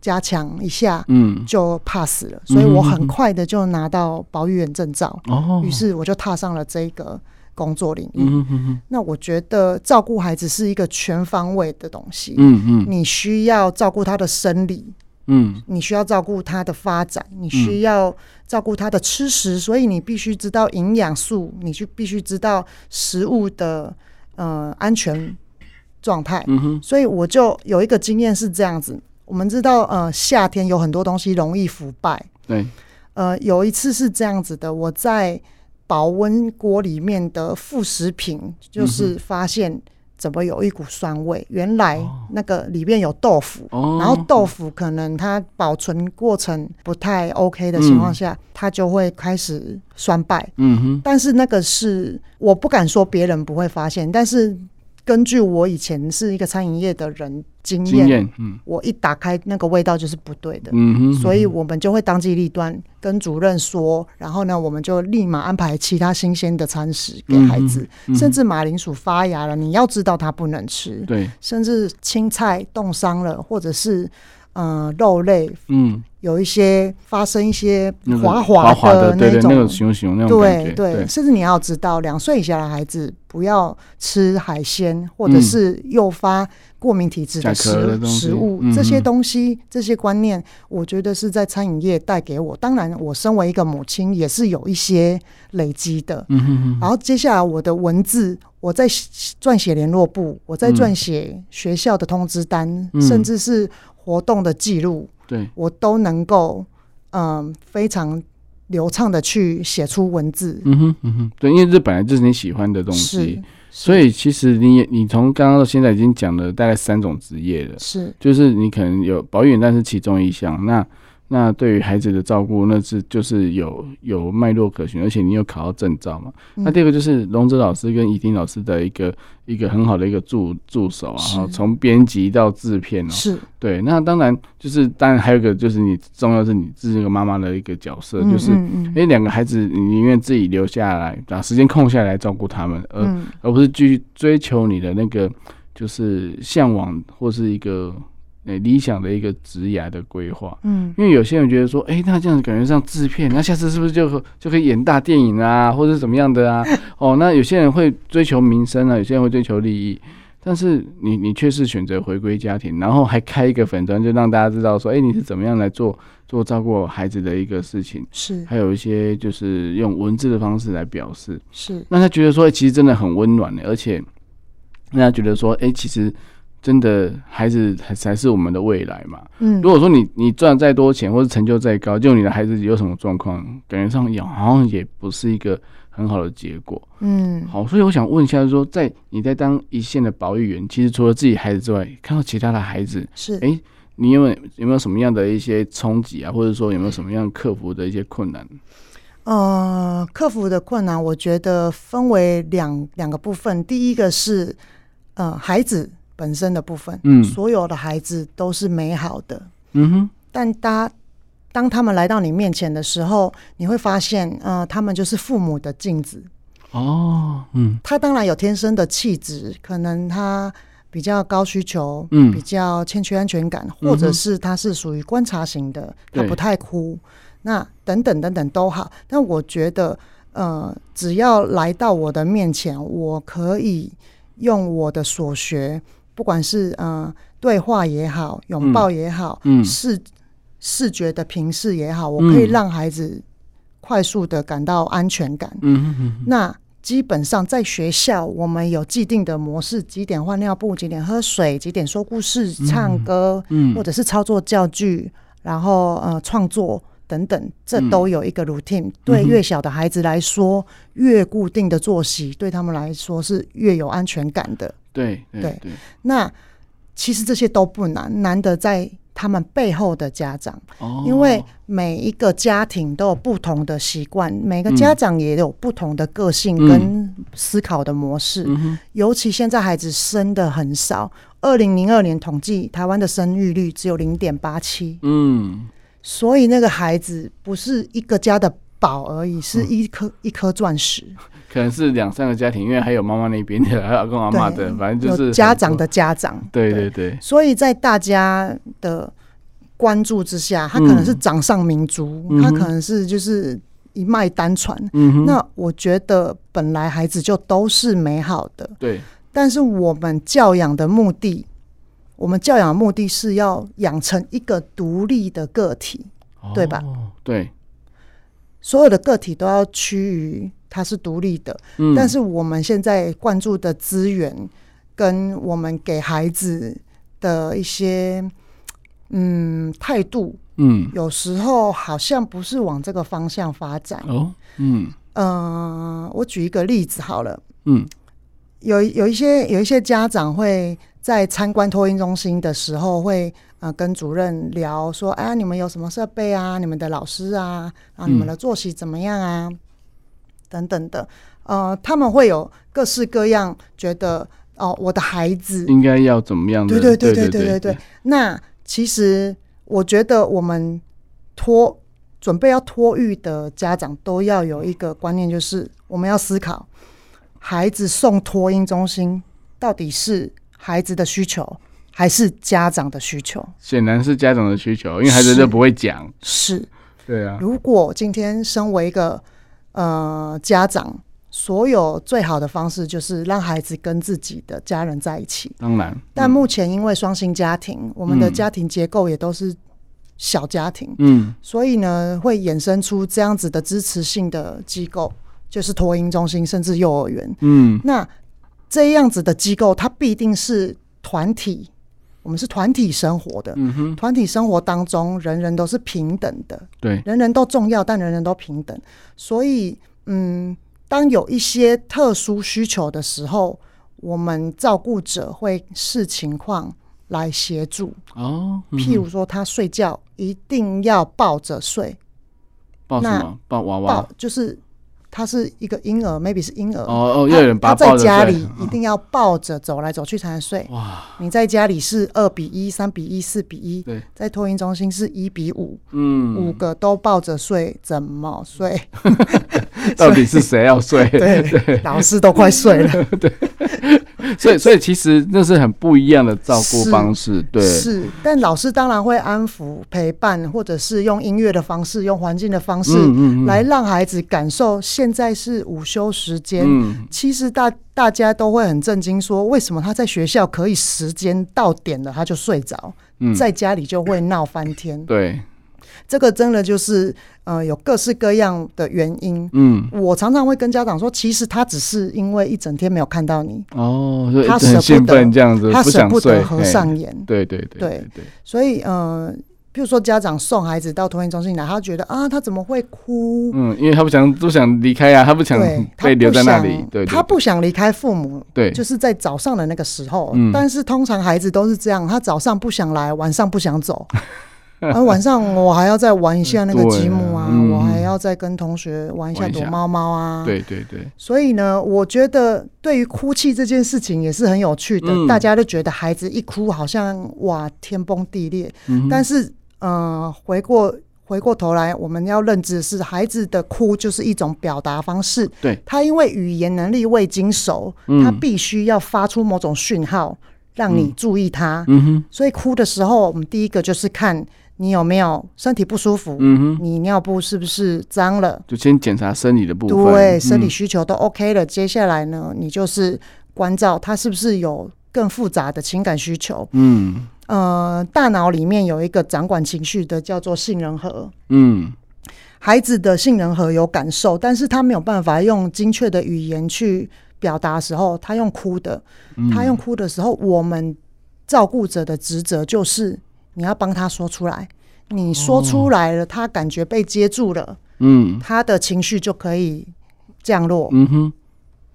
Speaker 1: 加强一下
Speaker 2: 嗯
Speaker 1: 就 pass 了，所以我很快的就拿到保育员证照，
Speaker 2: 哦，
Speaker 1: 于是我就踏上了这个工作领域。
Speaker 2: 嗯哼哼哼
Speaker 1: 那我觉得照顾孩子是一个全方位的东西，
Speaker 2: 嗯嗯
Speaker 1: 你需要照顾他的生理，
Speaker 2: 嗯
Speaker 1: 你需要照顾它的发展，你需要照顾它的吃食，所以你必须知道营养素，你就必须知道食物的呃安全状态。
Speaker 2: 嗯哼
Speaker 1: 所以我就有一个经验是这样子，我们知道呃夏天有很多东西容易腐败，
Speaker 2: 对
Speaker 1: 呃有一次是这样子的，我在保温锅里面的副食品就是发现怎么有一股酸味，原来那个里面有豆腐。
Speaker 2: 哦，
Speaker 1: 然后豆腐可能它保存过程不太 OK 的情况下，它就会开始酸败。
Speaker 2: 嗯哼
Speaker 1: 但是那个是我不敢说别人不会发现，但是根据我以前是一个餐饮业的人经
Speaker 2: 经
Speaker 1: 验，
Speaker 2: 验嗯
Speaker 1: 我一打开那个味道就是不对的。
Speaker 2: 嗯哼，
Speaker 1: 所以我们就会当机立断跟主任说，然后呢，我们就立马安排其他新鲜的餐食给孩子，
Speaker 2: 嗯嗯
Speaker 1: 甚至马铃薯发芽了，你要知道它不能吃，
Speaker 2: 对
Speaker 1: 甚至青菜冻伤了，或者是呃肉类
Speaker 2: 嗯
Speaker 1: 有一些发生一些
Speaker 2: 那个
Speaker 1: 滑
Speaker 2: 滑
Speaker 1: 滑
Speaker 2: 的对
Speaker 1: 那
Speaker 2: 对
Speaker 1: 种，
Speaker 2: 那个熊熊那种感
Speaker 1: 对
Speaker 2: 觉
Speaker 1: 对
Speaker 2: 对
Speaker 1: 甚至你要知道，两岁以下的孩子不要吃海鲜，或者是诱发过敏体质的
Speaker 2: 嗯甲壳的
Speaker 1: 食
Speaker 2: 东西
Speaker 1: 食物、
Speaker 2: 嗯
Speaker 1: 这些
Speaker 2: 嗯
Speaker 1: 东西、这些观念，我觉得是在餐饮业带给我。当然，我身为一个母亲，也是有一些累积的。
Speaker 2: 嗯哼
Speaker 1: 然
Speaker 2: 哼
Speaker 1: 后接下来我的文字，我在写撰写联络簿，我在
Speaker 2: 嗯
Speaker 1: 撰写学校的通知单，
Speaker 2: 嗯
Speaker 1: 甚至是活动的记录，
Speaker 2: 对
Speaker 1: 我都能够嗯、非常流畅的去写出文字。
Speaker 2: 嗯哼嗯哼对，因为这本来就是你喜欢的东西
Speaker 1: 是，，
Speaker 2: 所以其实你也你从刚刚到现在已经讲了大概三种职业了。
Speaker 1: 是
Speaker 2: 就是你可能有保育员，但是其中一项。那那对于孩子的照顾，那是就是有有脉络可循，而且你有考到证照嘛。
Speaker 1: 嗯
Speaker 2: 那第二个就是龙哲老师跟怡丁老师的一个一个很好的一个助助手啊，
Speaker 1: 是
Speaker 2: 然后从编辑到制片哦、
Speaker 1: 是，
Speaker 2: 对，那当然就是当然还有一个就是你重要是你自己一个妈妈的一个角色，
Speaker 1: 嗯
Speaker 2: 就是
Speaker 1: 嗯嗯
Speaker 2: 因为两个孩子你宁愿自己留下来，把时间空下来照顾他们，而、
Speaker 1: 嗯
Speaker 2: 而不是继续追求你的那个就是向往或是一个呃、理想的一个职涯的规划。
Speaker 1: 嗯
Speaker 2: 因为有些人觉得说，哎、那这样子感觉像制片，那下次是不是就就可以演大电影啊，或者是怎么样的啊？ 哦，那有些人会追求民生啊，有些人会追求利益，但是你你却是选择回归家庭，然后还开一个粉专，就让大家知道说，哎、你是怎么样来做做照顾孩子的一个事情，
Speaker 1: 是
Speaker 2: 还有一些就是用文字的方式来表示，
Speaker 1: 是
Speaker 2: 让他觉得说，哎诶其实真的很温暖的，欸而且让他觉得说，哎、其实真的孩子才才是我们的未来嘛。
Speaker 1: 嗯
Speaker 2: 如果说你你赚再多钱，或者成就再高，就你的孩子有什么状况，感觉上也好像也不是一个很好的结果。
Speaker 1: 嗯
Speaker 2: 好，所以我想问一下就是说在你在当一线的保育员，其实除了自己孩子之外，看到其他的孩子，
Speaker 1: 是
Speaker 2: 哎你有没有有没有什么样的一些冲击啊，或者说有没有什么样克服的一些困难？
Speaker 1: 呃，克服的困难，我觉得分为两两个部分。第一个是呃孩子本身的部分，
Speaker 2: 嗯
Speaker 1: 所有的孩子都是美好的，
Speaker 2: 嗯哼，
Speaker 1: 但当当他们来到你面前的时候，你会发现，呃，他们就是父母的镜子。
Speaker 2: 哦，嗯
Speaker 1: 他当然有天生的气质，可能他比较高需求，
Speaker 2: 嗯
Speaker 1: 比较欠缺安全感，
Speaker 2: 哼
Speaker 1: 或者是他是属于观察型的，他
Speaker 2: 对
Speaker 1: 不太哭，那等等等等都好。但我觉得，呃，只要来到我的面前，我可以用我的所学，不管是呃对话也好，拥抱也好，
Speaker 2: 嗯
Speaker 1: 视视觉的平视也好，我
Speaker 2: 嗯
Speaker 1: 可以让孩子快速的感到安全感。
Speaker 2: 嗯哼嗯哼
Speaker 1: 那基本上在学校，我们有既定的模式，几点换尿布，几点喝水，几点说故事、唱歌，
Speaker 2: 嗯
Speaker 1: 或者是操作教具，然后呃创作等等，这
Speaker 2: 嗯
Speaker 1: 都有一个 routine、对
Speaker 2: 嗯哼
Speaker 1: 越小的孩子来说，越固定的作息对他们来说是越有安全感的。
Speaker 2: 对对
Speaker 1: 对
Speaker 2: 对，
Speaker 1: 那其实这些都不难，难的在他们背后的家长。
Speaker 2: 哦，
Speaker 1: 因为每一个家庭都有不同的习惯，每个家长也有不同的个性
Speaker 2: 嗯
Speaker 1: 跟思考的模式。
Speaker 2: 嗯哼
Speaker 1: 尤其现在孩子生的很少，二零零二年统计台湾的生育率只有零点八七，
Speaker 2: 嗯
Speaker 1: 所以那个孩子不是一个家的宝而
Speaker 2: 嗯
Speaker 1: 已，是一颗、一颗钻石，
Speaker 2: 可能是两三个家庭，因为还有妈妈那边的，还有阿公阿妈的，
Speaker 1: 对
Speaker 2: 反正就是
Speaker 1: 有
Speaker 2: 很
Speaker 1: 家长
Speaker 2: 多，
Speaker 1: 的家长。
Speaker 2: 对对对，
Speaker 1: 所以在大家的关注之下，他可能是掌上明珠，
Speaker 2: 嗯
Speaker 1: 他
Speaker 2: 嗯哼
Speaker 1: 可能是就是一脉单传。
Speaker 2: 嗯哼，
Speaker 1: 那我觉得本来孩子就都是美好的，
Speaker 2: 对，
Speaker 1: 但是我们教养的目的，我们教养的目的是要养成一个独立的个体，对吧
Speaker 2: 哦？对，
Speaker 1: 所有的个体都要趋于它是独立的。
Speaker 2: 嗯
Speaker 1: 但是我们现在灌注的资源，跟我们给孩子的一些嗯态度，
Speaker 2: 嗯，
Speaker 1: 有时候好像不是往这个方向发展。
Speaker 2: 哦，嗯
Speaker 1: 嗯，我举一个例子好了。
Speaker 2: 嗯
Speaker 1: 有有一些有一些家长会在参观托婴中心的时候会，呃跟主任聊说，啊，你们有什么设备啊？你们的老师啊，啊，你们的作息怎么样啊？等等的，呃，他们会有各式各样觉得，哦、我的孩子，
Speaker 2: 应该要怎么样的？
Speaker 1: 对对对
Speaker 2: 对
Speaker 1: 对对对对，。那其实我觉得我们托准备要托育的家长都要有一个观念，就是我们要思考孩子送托婴中心到底是孩子的需求还是家长的需求。
Speaker 2: 显然是家长的需求，因为孩子
Speaker 1: 是
Speaker 2: 就不会讲，
Speaker 1: 是，
Speaker 2: 对啊，
Speaker 1: 如果今天身为一个呃家长，所有最好的方式就是让孩子跟自己的家人在一起。
Speaker 2: 当然，
Speaker 1: 但目前因为双薪家庭，我们的
Speaker 2: 嗯
Speaker 1: 家庭结构也都是小家庭，
Speaker 2: 嗯
Speaker 1: 所以呢，会衍生出这样子的支持性的机构，就是托婴中心甚至幼儿园。
Speaker 2: 嗯
Speaker 1: 那这样子的机构，它必定是团体，我们是团体生活的。
Speaker 2: 嗯哼，
Speaker 1: 团体生活当中，人人都是平等的，
Speaker 2: 对，
Speaker 1: 人人都重要，但人人都平等。所以，嗯，当有一些特殊需求的时候，我们照顾者会视情况来协助。
Speaker 2: 哦，嗯
Speaker 1: 譬如说，他睡觉一定要抱着睡，
Speaker 2: 抱什
Speaker 1: 那
Speaker 2: 么？抱娃
Speaker 1: 抱
Speaker 2: 娃？
Speaker 1: 就是他是一个婴儿，maybe 是婴儿，
Speaker 2: 哦哦，
Speaker 1: 他
Speaker 2: 要有人把
Speaker 1: 他
Speaker 2: 它
Speaker 1: 在
Speaker 2: 抱着
Speaker 1: 家
Speaker 2: 睡嗯
Speaker 1: 里。一定要抱着走来走去才能睡。
Speaker 2: 哇，
Speaker 1: 你在家里是二比一、三比一、四比一，
Speaker 2: 对，
Speaker 1: 在托婴中心是一比五、五
Speaker 2: 嗯，
Speaker 1: 个都抱着睡，怎么睡？
Speaker 2: 到底是谁要睡？
Speaker 1: 对，老师都快睡了。
Speaker 2: 所以所以其实那是很不一样的照顾
Speaker 1: 是
Speaker 2: 方式， 对，
Speaker 1: 是，但老师当然会安抚、陪伴，或者是用音乐的方式、用环境的方式、
Speaker 2: 嗯嗯嗯
Speaker 1: 来让孩子感受现在是午休时间。
Speaker 2: 嗯，
Speaker 1: 其实大大家都会很震惊，说为什么他在学校可以时间到点了他就睡着，
Speaker 2: 嗯
Speaker 1: 在家里就会闹翻天。
Speaker 2: 对，
Speaker 1: 这个真的就是呃有各式各样的原因。
Speaker 2: 嗯，
Speaker 1: 我常常会跟家长说，其实他只是因为一整天没有看到你，
Speaker 2: 哦，所以
Speaker 1: 他舍
Speaker 2: 很
Speaker 1: 不
Speaker 2: 兴
Speaker 1: 得
Speaker 2: 奋这样子，
Speaker 1: 他舍
Speaker 2: 想
Speaker 1: 不
Speaker 2: 睡
Speaker 1: 得，合
Speaker 2: 嘿
Speaker 1: 上眼。
Speaker 2: 对对对
Speaker 1: 对
Speaker 2: 对，
Speaker 1: 所以呃，比如说家长送孩子到托婴中心来，他觉得啊，他怎么会哭？
Speaker 2: 嗯，因为他不想不想离开啊，他不想
Speaker 1: 对，他
Speaker 2: 被留
Speaker 1: 不
Speaker 2: 在那
Speaker 1: 想
Speaker 2: 里，对，对
Speaker 1: 他不想离开父母，
Speaker 2: 对，
Speaker 1: 就是在早上的那个时候。
Speaker 2: 嗯
Speaker 1: 但是通常孩子都是这样，他早上不想来，晚上不想 走。然后晚上我还要再玩一下那个
Speaker 2: 对
Speaker 1: 积木啊，
Speaker 2: 嗯
Speaker 1: 我还要再跟同学玩一下
Speaker 2: 玩一
Speaker 1: 躲
Speaker 2: 下
Speaker 1: 猫猫啊。，
Speaker 2: 对对对，
Speaker 1: 所以呢，我觉得对于哭泣这件事情也是很有趣的。
Speaker 2: 嗯
Speaker 1: 大家都觉得孩子一哭好像哇天崩地裂，
Speaker 2: 嗯
Speaker 1: 但是呃，回过回过头来，我们要认知的是，孩子的哭就是一种表达方式。
Speaker 2: 对，
Speaker 1: 他因为语言能力未经熟，
Speaker 2: 嗯
Speaker 1: 他必须要发出某种讯号让你注意他。
Speaker 2: 嗯哼，
Speaker 1: 所以哭的时候，我们第一个就是看你有没有身体不舒服，
Speaker 2: 嗯哼，
Speaker 1: 你尿布是不是脏了，
Speaker 2: 就先检查生理的部分，
Speaker 1: 对，生理
Speaker 2: 嗯
Speaker 1: 需求都 OK 了。接下来呢，你就是关照他是不是有更复杂的情感需求。
Speaker 2: 嗯
Speaker 1: 呃，大脑里面有一个掌管情绪的叫做杏仁核，
Speaker 2: 嗯，
Speaker 1: 孩子的杏仁核有感受，但是他没有办法用精确的语言去表达的时候，他用哭的，
Speaker 2: 嗯
Speaker 1: 他用哭的时候，我们照顾者的职责就是你要帮他说出来。你说出来了，他感觉被接住了，
Speaker 2: 嗯
Speaker 1: 他的情绪就可以降落。
Speaker 2: 嗯哼，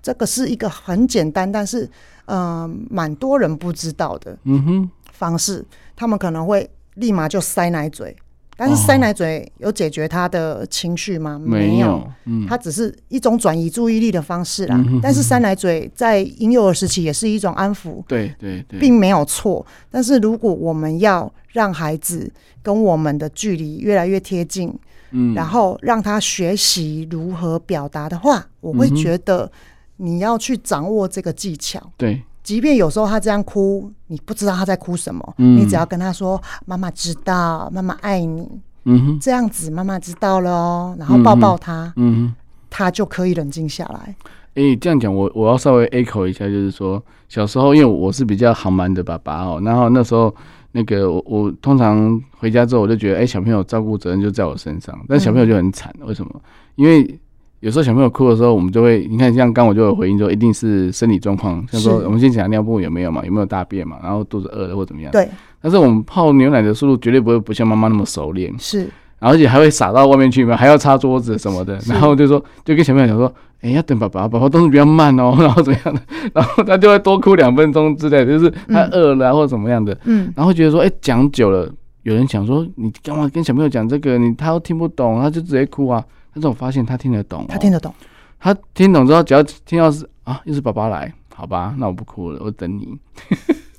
Speaker 1: 这个是一个很简单，但是呃，蛮多人不知道的
Speaker 2: 嗯哼，
Speaker 1: 方式。他们可能会立马就塞奶嘴，但是塞奶嘴有解决他的情绪吗？
Speaker 2: 哦没有，嗯，
Speaker 1: 它只是一种转移注意力的方式啦。
Speaker 2: 嗯哼
Speaker 1: 但是塞奶嘴在婴幼儿时期也是一种安抚，
Speaker 2: 对对对，
Speaker 1: 并没有错。但是如果我们要让孩子跟我们的距离越来越贴近，
Speaker 2: 嗯
Speaker 1: 然后让他学习如何表达的话，我会
Speaker 2: 嗯哼
Speaker 1: 觉得你要去掌握这个技巧。
Speaker 2: 对，
Speaker 1: 即便有时候他这样哭，你不知道他在哭什么，
Speaker 2: 嗯
Speaker 1: 你只要跟他说：“妈妈知道，妈妈爱你。
Speaker 2: 嗯”哼，
Speaker 1: 这样子，妈妈知道了哦，然后抱抱他，
Speaker 2: 嗯哼。
Speaker 1: 他就可以冷静下来。
Speaker 2: 诶、这样讲，我我要稍微 echo 一下，就是说，小时候因为我是比较好蛮的爸爸哦，然后那时候那个我我通常回家之后，我就觉得，诶、小朋友照顾责任就在我身上，但小朋友就很
Speaker 1: 嗯
Speaker 2: 惨，为什么？因为有时候小朋友哭的时候，我们就会，你看，像刚我就有回应说，一定是生理状况，像说
Speaker 1: 是
Speaker 2: 我们先讲尿布有没有嘛，有没有大便嘛，然后肚子饿了或怎么样。。
Speaker 1: 对，
Speaker 2: 但是我们泡牛奶的速度绝对不会不像妈妈那么熟练，
Speaker 1: 是
Speaker 2: 而且还会撒到外面去嘛，还要擦桌子什么的。
Speaker 1: 是
Speaker 2: 然后就说，就跟小朋友讲说，哎、要等爸爸，爸爸动作比较慢哦，然后怎么样的， 然后他就会多哭两分钟之类的，就是他饿了、啊、或者怎么样的。
Speaker 1: 嗯，
Speaker 2: 然后觉得说，哎、讲久了，有人讲说，你干嘛跟小朋友讲这个？你他都听不懂，他就直接哭啊。但是我发现他听得懂、哦，
Speaker 1: 他听得懂，
Speaker 2: 他听懂之后，只要听到是啊，又是爸爸来，好吧，那我不哭了，我等你。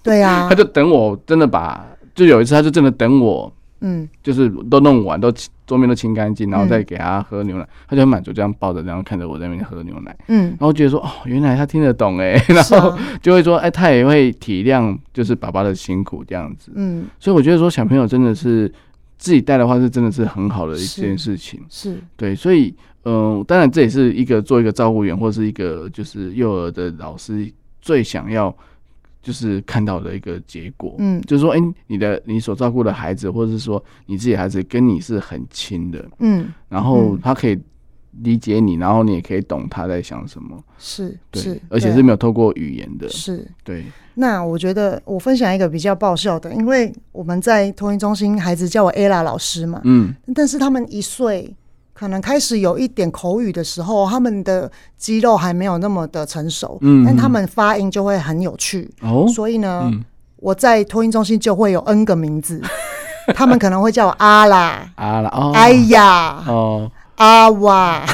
Speaker 1: 对啊呀、
Speaker 2: 他就等我，真的把，就有一次他就真的等我，
Speaker 1: 嗯，
Speaker 2: 就是都弄完，都清桌面都清干净，然后
Speaker 1: 嗯
Speaker 2: 再给他喝牛奶，他就很满足，这样抱着，然后看着我在那边喝牛奶，
Speaker 1: 嗯，
Speaker 2: 然后觉得说哦，原来他听得懂哎， 然
Speaker 1: 是
Speaker 2: 后
Speaker 1: 啊，
Speaker 2: 就会说哎，他也会体谅就是爸爸的辛苦这样子，
Speaker 1: 嗯，
Speaker 2: 所以我觉得说小朋友真的是自己带的话是真的是很好的一
Speaker 1: 是
Speaker 2: 件事情，
Speaker 1: 是
Speaker 2: 对，所以嗯、呃当然这也是一个做一个照顾员或是一个就是幼儿的老师最想要就是看到的一个结果，
Speaker 1: 嗯
Speaker 2: 就是说，哎、你的你所照顾的孩子，或者是说你自己的孩子跟你是很亲的，
Speaker 1: 嗯，
Speaker 2: 然后
Speaker 1: 嗯
Speaker 2: 他可以理解你，然后你也可以懂他在想什么，
Speaker 1: 是
Speaker 2: 对
Speaker 1: 是，，
Speaker 2: 而且
Speaker 1: 对啊
Speaker 2: 是没有透过语言的，
Speaker 1: 是。
Speaker 2: 对，
Speaker 1: 那我觉得我分享一个比较爆笑的，因为我们在托婴中心，孩子叫我 Ella 老师嘛，
Speaker 2: 嗯
Speaker 1: 但是他们一岁。可能开始有一点口语的时候，他们的肌肉还没有那么的成熟，
Speaker 2: 嗯
Speaker 1: 但他们发音就会很有趣。
Speaker 2: 哦，
Speaker 1: 所以呢，
Speaker 2: 嗯
Speaker 1: 我在托运中心就会有 N 个名字，他们可能会叫我阿啦、
Speaker 2: 啊啦 哦，
Speaker 1: 哎呀、
Speaker 2: 哦，
Speaker 1: 阿哇，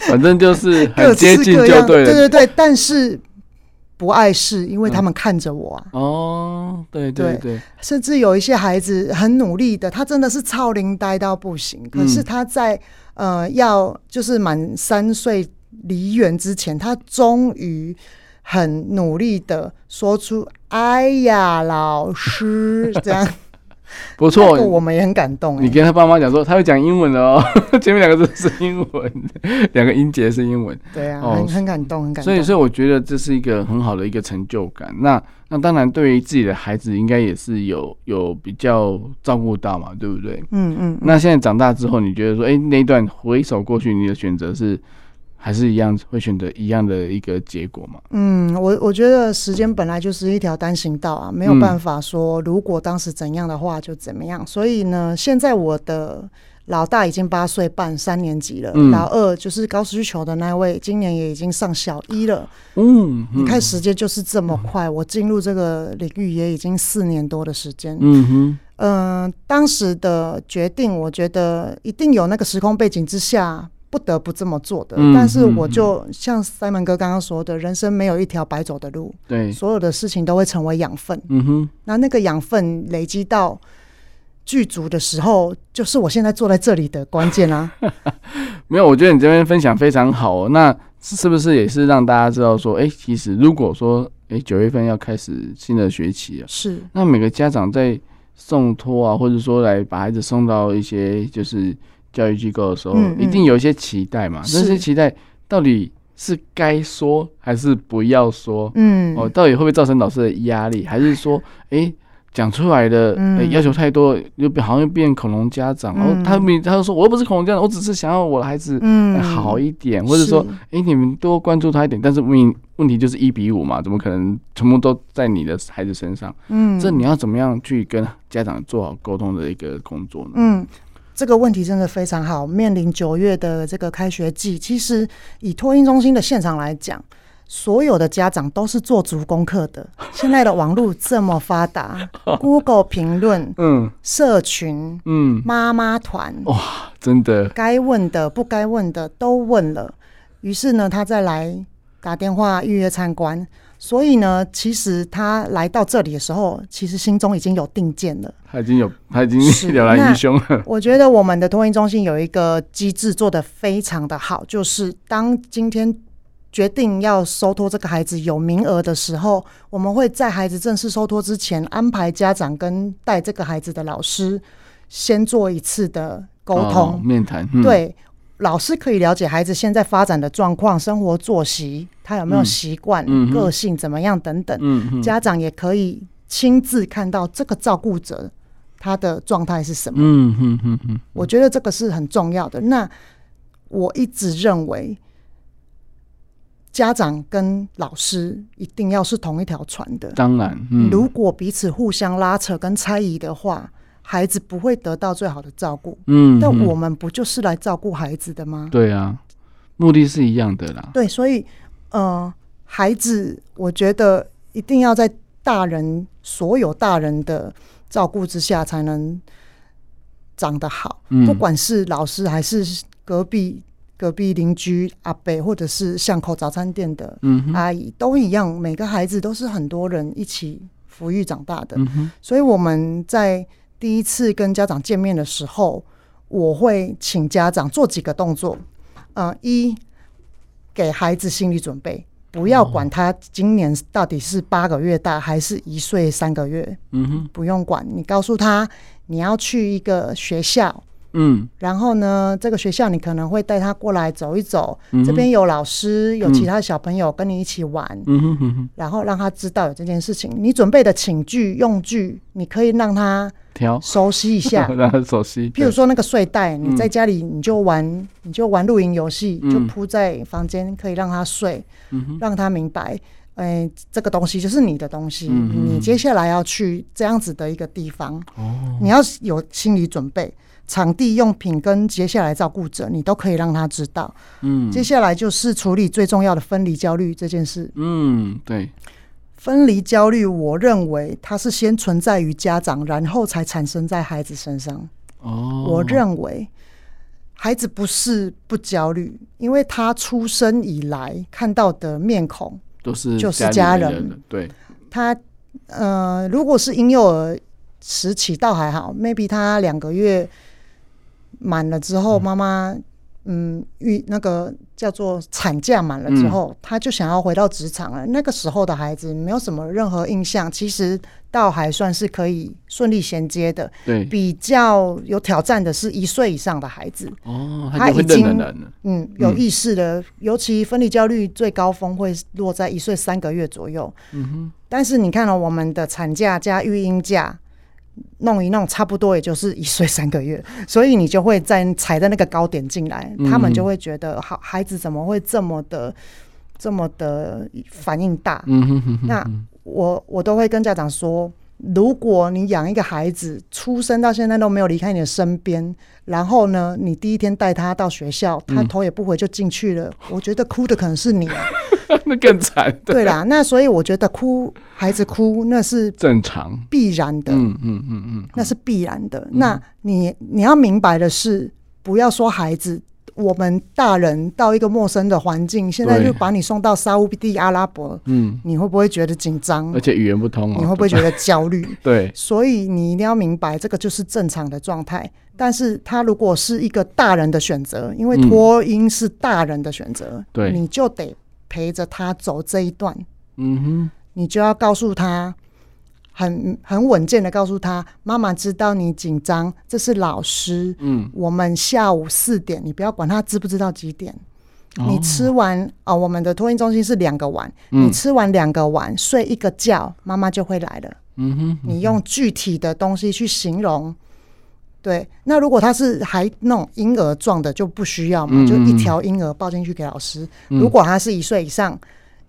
Speaker 2: 反正就是
Speaker 1: 各
Speaker 2: 很接
Speaker 1: 式
Speaker 2: 近
Speaker 1: 各
Speaker 2: 就
Speaker 1: 样，
Speaker 2: 对
Speaker 1: 对
Speaker 2: 了。嗯
Speaker 1: 对对，但是不碍事，因为他们看着我啊。
Speaker 2: 哦，对对对，
Speaker 1: 甚至有一些孩子很努力的，他真的是超龄呆到不行，可
Speaker 2: 嗯
Speaker 1: 是他在、呃要就是满三岁离园之前，他终于很努力的说出“哎呀，老师”这样，
Speaker 2: 不
Speaker 1: 那
Speaker 2: 错
Speaker 1: 个。我们也很感动、
Speaker 2: 你
Speaker 1: 欸。
Speaker 2: 跟他爸妈讲说，他会讲英文的哦， 前面两个字是英文，两个音节是英文。
Speaker 1: 对啊，
Speaker 2: 哦
Speaker 1: 很很感动，很感
Speaker 2: 所以，
Speaker 1: 动。
Speaker 2: 所以我觉得这是一个很好的一个成就感。那那当然，对于自己的孩子，应该也是有有比较照顾到嘛，对不对？
Speaker 1: 嗯嗯，嗯
Speaker 2: 那现在长大之后，你觉得说，哎、那一段回首过去，你的选择是还是一样会选择一样的一个结果嘛？
Speaker 1: 嗯，我我觉得时间本来就是一条单行道啊，没有
Speaker 2: 嗯
Speaker 1: 办法说如果当时怎样的话就怎么样。所以呢，现在我的老大已经八岁半，三年级了；
Speaker 2: 嗯
Speaker 1: 老二就是高需求的那位，今年也已经上小一了。
Speaker 2: 嗯，
Speaker 1: 你
Speaker 2: 嗯
Speaker 1: 看时间就是这么快，我进入这个领域也已经四年多的时间。
Speaker 2: 嗯哼，
Speaker 1: 嗯、当时的决定，我觉得一定有那个时空背景之下。不得不这么做的，
Speaker 2: 嗯
Speaker 1: 但是我
Speaker 2: 嗯
Speaker 1: 就像 Simon 哥刚刚说的，人生没有一条白走的路，
Speaker 2: 对，
Speaker 1: 所有的事情都会成为养分。
Speaker 2: 嗯哼，
Speaker 1: 那那个养分累积到剧足的时候，就是我现在坐在这里的关键 啊。
Speaker 2: 没有，我觉得你这边分享非常好哦。那是是不是也是让大家知道说，哎、其实如果说，哎、九月份要开始新的学期啊，
Speaker 1: 是，
Speaker 2: 那每个家长在送托啊，或者说来把孩子送到一些就是教育机构的时候，
Speaker 1: 嗯嗯
Speaker 2: 一定有一些期待嘛。
Speaker 1: 是
Speaker 2: 那些期待到底是该说还是不要说？
Speaker 1: 嗯，
Speaker 2: 哦，到底会不会造成老师的压力？还是说，诶，讲出来的、
Speaker 1: 嗯
Speaker 2: 诶要求太多，又变好像变恐龙家长，然后
Speaker 1: 嗯
Speaker 2: 他们他就说我又不是恐龙家长，我只是想要我的孩子、
Speaker 1: 嗯
Speaker 2: 好一点，或者说
Speaker 1: 是
Speaker 2: 哎、你们多关注他一点，但是问问题就是一比五嘛，怎么可能全部都在你的孩子身上？
Speaker 1: 嗯
Speaker 2: 这你要怎么样去跟家长做好沟通的一个工作呢？
Speaker 1: 嗯，这个问题真的非常好。面临九月的这个开学季，其实以托婴中心的现场来讲，所有的家长都是做足功课的。现在的网络这么发达 ，Google 评论、
Speaker 2: 嗯
Speaker 1: 社群、
Speaker 2: 嗯，
Speaker 1: 妈妈团，
Speaker 2: 真的，
Speaker 1: 该问的、不该问的都问了，于是呢，他再来打电话预约参观。所以呢，其实他来到这里的时候，其实心中已经有定见了。
Speaker 2: 他已经有他已经
Speaker 1: 是
Speaker 2: 了然于胸了。
Speaker 1: 我觉得我们的托运中心有一个机制做得非常的好，就是当今天决定要收托这个孩子有名额的时候，我们会在孩子正式收托之前，安排家长跟带这个孩子的老师先做一次的沟通。
Speaker 2: 哦面谈，嗯，
Speaker 1: 对，老师可以了解孩子现在发展的状况、生活作息，他有没有
Speaker 2: 嗯
Speaker 1: 习惯、
Speaker 2: 嗯哼
Speaker 1: 个性怎么样等等。
Speaker 2: 嗯嗯
Speaker 1: 家长也可以亲自看到这个照顾者他的状态是什么。
Speaker 2: 嗯嗯嗯嗯，
Speaker 1: 我觉得这个是很重要的。那我一直认为，家长跟老师一定要是同一条船的。
Speaker 2: 当然，嗯，
Speaker 1: 如果彼此互相拉扯跟猜疑的话，孩子不会得到最好的照顾。
Speaker 2: 嗯，
Speaker 1: 但
Speaker 2: 嗯
Speaker 1: 我们不就是来照顾孩子的吗？
Speaker 2: 对啊，目的是一样的啦。
Speaker 1: 对，所以，呃，孩子，我觉得一定要在大人所有大人的照顾之下，才能长得好。
Speaker 2: 嗯
Speaker 1: 不管是老师还是隔壁隔壁邻居阿伯，或者是巷口早餐店的
Speaker 2: 嗯哼，
Speaker 1: 阿姨，都一样。每个孩子都是很多人一起抚育长大的。
Speaker 2: 嗯哼，
Speaker 1: 所以我们在第一次跟家长见面的时候，我会请家长做几个动作，呃，一给孩子心理准备，不要管他今年到底是八个月大还是一岁三个月，
Speaker 2: 嗯哼，
Speaker 1: 不用管，你告诉他你要去一个学校。
Speaker 2: 嗯，
Speaker 1: 然后呢，这个学校你可能会带他过来走一走，
Speaker 2: 嗯哼
Speaker 1: 这边有老师，有其他小朋友跟你一起玩，
Speaker 2: 嗯哼嗯哼，
Speaker 1: 然后让他知道有这件事情。你准备的寝具、用具，你可以让他
Speaker 2: 挑，
Speaker 1: 熟悉一 下。
Speaker 2: 让他熟悉。
Speaker 1: 啊譬如说那个睡袋，
Speaker 2: 嗯
Speaker 1: 你在家里你就玩，你就玩露营游戏，
Speaker 2: 嗯
Speaker 1: 就铺在房间，可以让他睡，
Speaker 2: 嗯哼，
Speaker 1: 让他明白，哎、这个东西就是你的东西，
Speaker 2: 嗯嗯
Speaker 1: 你接下来要去这样子的一个地方，
Speaker 2: 哦，
Speaker 1: 你要有心理准备。场地用品跟接下来照顾者，你都可以让他知道。
Speaker 2: 嗯
Speaker 1: 接下来就是处理最重要的分离焦虑这件事。
Speaker 2: 嗯，对，
Speaker 1: 分离焦虑，我认为它是先存在于家长，然后才产生在孩子身上。
Speaker 2: 哦，
Speaker 1: 我认为孩子不是不焦虑，因为他出生以来看到的面孔，
Speaker 2: 都是
Speaker 1: 就是
Speaker 2: 家
Speaker 1: 家
Speaker 2: 里
Speaker 1: 人
Speaker 2: 的，对，
Speaker 1: 他呃，如果是婴幼儿时期倒还好，maybe 他两个月满了之后，妈妈嗯育那个叫做产假满了之后，他就想要回到职场了。那个时候的孩子没有什么任何印象，其实倒还算是可以顺利衔接的。
Speaker 2: 对，
Speaker 1: 比较有挑战的是一岁以上的孩子，
Speaker 2: 哦，
Speaker 1: 他
Speaker 2: 他就会
Speaker 1: 已
Speaker 2: 认
Speaker 1: 经
Speaker 2: 人了，
Speaker 1: 嗯，有
Speaker 2: 嗯
Speaker 1: 意识的，尤其分离焦虑最高峰会落在一岁三个月左右。
Speaker 2: 嗯
Speaker 1: 但是你看了、我们的产假加育婴假，弄一弄，差不多也就是一岁三个月，所以你就会在踩在那个高点进来，
Speaker 2: 嗯
Speaker 1: 他们就会觉得，好，孩子怎么会这么的、这么的反应大？
Speaker 2: 哼，嗯哼哼哼，
Speaker 1: 那我我都会跟家长说，如果你养一个孩子，出生到现在都没有离开你的身边，然后呢，你第一天带他到学校，
Speaker 2: 嗯
Speaker 1: 他头也不回就进去了，我觉得哭的可能是你啊、
Speaker 2: 那更惨，
Speaker 1: 对啦，那所以我觉得哭孩子哭那是
Speaker 2: 正常，
Speaker 1: 必然的，
Speaker 2: 嗯嗯嗯嗯，
Speaker 1: 那是必然的。那你你要明白的是，不要说孩子。我们大人到一个陌生的环境，现在
Speaker 2: 对
Speaker 1: 就把你送到沙乌地阿拉伯，
Speaker 2: 嗯，
Speaker 1: 你会不会觉得紧张
Speaker 2: 而？且语言不通哦，
Speaker 1: 你会不会觉得焦虑？
Speaker 2: 对？
Speaker 1: 所以你一定要明白，这个就是正常的状态。但是他如果是一个大人的选择，因为
Speaker 2: 嗯
Speaker 1: 脱音是大人的选择，
Speaker 2: 对
Speaker 1: 你就得陪着他走这一段，
Speaker 2: 嗯哼，
Speaker 1: 你就要告诉他，很很稳健的告诉他，妈妈知道你紧张，这是老师。
Speaker 2: 嗯，
Speaker 1: 我们下午四点，你不要管他知不知道几点，你
Speaker 2: 哦
Speaker 1: 吃完啊、我们的托婴中心是两个碗，
Speaker 2: 嗯
Speaker 1: 你吃完两个碗，睡一个觉，妈妈就会来了。
Speaker 2: 嗯哼，
Speaker 1: 你用具体的东西去形容。对，那如果他是还那种婴儿状的，就不需要嘛，
Speaker 2: 嗯
Speaker 1: 就一条婴儿抱进去给老师。
Speaker 2: 嗯
Speaker 1: 如果他是一岁以上，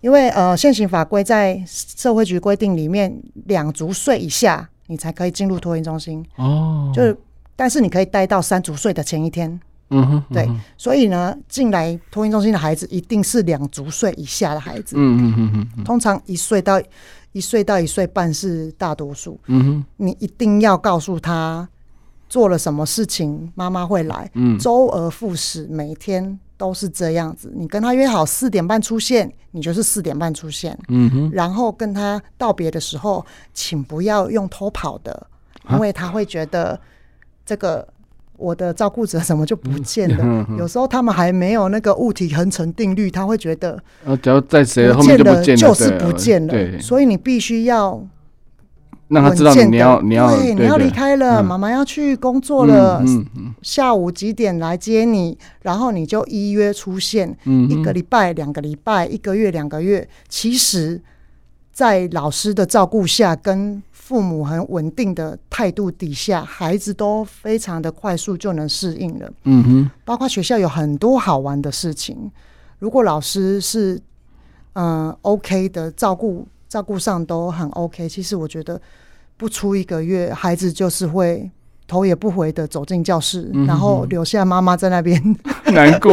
Speaker 1: 因为呃，现行法规在社会局规定里面，两足岁以下你才可以进入托婴中心，
Speaker 2: 哦，
Speaker 1: 就是但是你可以待到三足岁的前一天。
Speaker 2: 嗯哼，
Speaker 1: 对
Speaker 2: 嗯哼，
Speaker 1: 所以呢，进来托婴中心的孩子一定是两足岁以下的孩子，
Speaker 2: 嗯嗯嗯嗯嗯
Speaker 1: 通常一岁到一岁到一岁半是大多数。
Speaker 2: 嗯哼，
Speaker 1: 你一定要告诉他做了什么事情，妈妈会来，
Speaker 2: 嗯，
Speaker 1: 周而复始，每天都是这样子。你跟他约好四点半出现，你就是四点半出现，
Speaker 2: 嗯哼，
Speaker 1: 然后跟他道别的时候，请不要用偷跑的，
Speaker 2: 啊
Speaker 1: 因为他会觉得这个。我的照顾者怎么就不见
Speaker 2: 嗯
Speaker 1: 了？有时候他们还没有那个物体恒成定律，他会觉得
Speaker 2: 然后哦只要在谁的
Speaker 1: 不
Speaker 2: 后面
Speaker 1: 见
Speaker 2: 就
Speaker 1: 了就
Speaker 2: 不见了，
Speaker 1: 是
Speaker 2: 对
Speaker 1: 不见
Speaker 2: 对
Speaker 1: 了。，所以你必须要
Speaker 2: 让他知道
Speaker 1: 稳健
Speaker 2: 你
Speaker 1: 的
Speaker 2: 要你要
Speaker 1: 对，你要离开了，
Speaker 2: 嗯
Speaker 1: 妈妈要去工作了，
Speaker 2: 嗯嗯
Speaker 1: 下午几点来接你，然后你就依约出现，
Speaker 2: 嗯，
Speaker 1: 一个礼拜、两个礼拜、一个月、两个月，其实，在老师的照顾下，跟父母很稳定的态度底下，孩子都非常的快速就能适应了。
Speaker 2: 嗯哼，
Speaker 1: 包括学校有很多好玩的事情。如果老师是嗯、呃 OK 的照顾，照顾上都很 OK，其实我觉得不出一个月，孩子就是会。头也不回的走进教室，
Speaker 2: 嗯哼
Speaker 1: 然后留下妈妈在那边，
Speaker 2: 难过，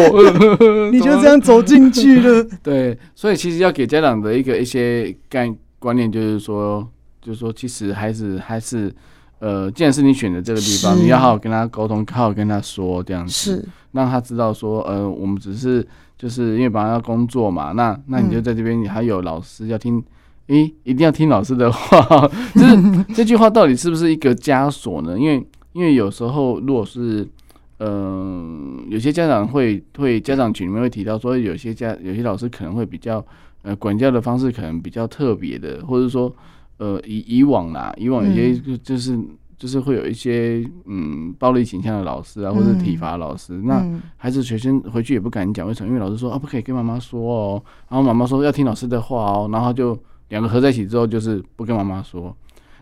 Speaker 1: 你就这样走进去了。
Speaker 2: 对，所以其实要给家长的一个一些概观念，就是说，就是说，其实孩子还是，呃，既然是你选的这个地方，
Speaker 1: 是
Speaker 2: 你要好好跟他沟通，好好跟他说，这样子，
Speaker 1: 是，
Speaker 2: 让他知道说，呃，我们只是就是因为马上要工作嘛，那那你就在这边，还有老师要听，诶、一定要听老师的话， 就是这句话到底是不是一个枷锁呢？因为因为有时候如果是嗯，有些家长会会家长群里面会提到说，有些家有些老师可能会比较呃管教的方式可能比较特别的，或者说呃以以往啦，以往有些就就是、就是会有一些嗯暴力倾向的老师啊，或者体罚老师，那
Speaker 1: 嗯
Speaker 2: 孩子学生回去也不敢讲，为什么？因为老师说啊不可以跟妈妈说哦，然后妈妈说要听老师的话哦，然后就两个合在一起之后就是不跟妈妈说，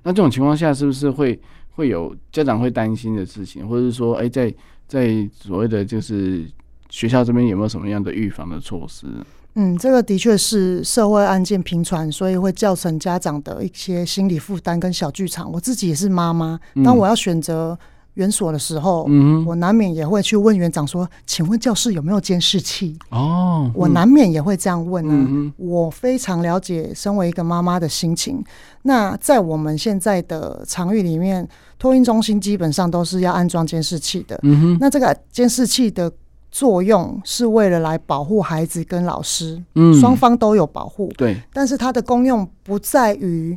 Speaker 2: 那这种情况下是不是会会有家长会担心的事情，或者是说哎、在在所谓的就是学校这边有没有什么样的预防的措施？
Speaker 1: 嗯，这个的确是社会案件频传，所以会造成家长的一些心理负担跟小剧场。我自己也是妈妈，当
Speaker 2: 嗯
Speaker 1: 我要选择园所的时候，
Speaker 2: 嗯哼，
Speaker 1: 我难免也会去问园长说：“请问教室有没有监视器？”
Speaker 2: 哦，
Speaker 1: 我难免也会这样问啊。
Speaker 2: 嗯
Speaker 1: 我非常了解身为一个妈妈的心情。那在我们现在的场域里面，托运中心基本上都是要安装监视器的。
Speaker 2: 嗯哼，
Speaker 1: 那这个监视器的作用是为了来保护孩子跟老师，
Speaker 2: 嗯
Speaker 1: 双方都有保护，
Speaker 2: 对，
Speaker 1: 但是它的功用不在于，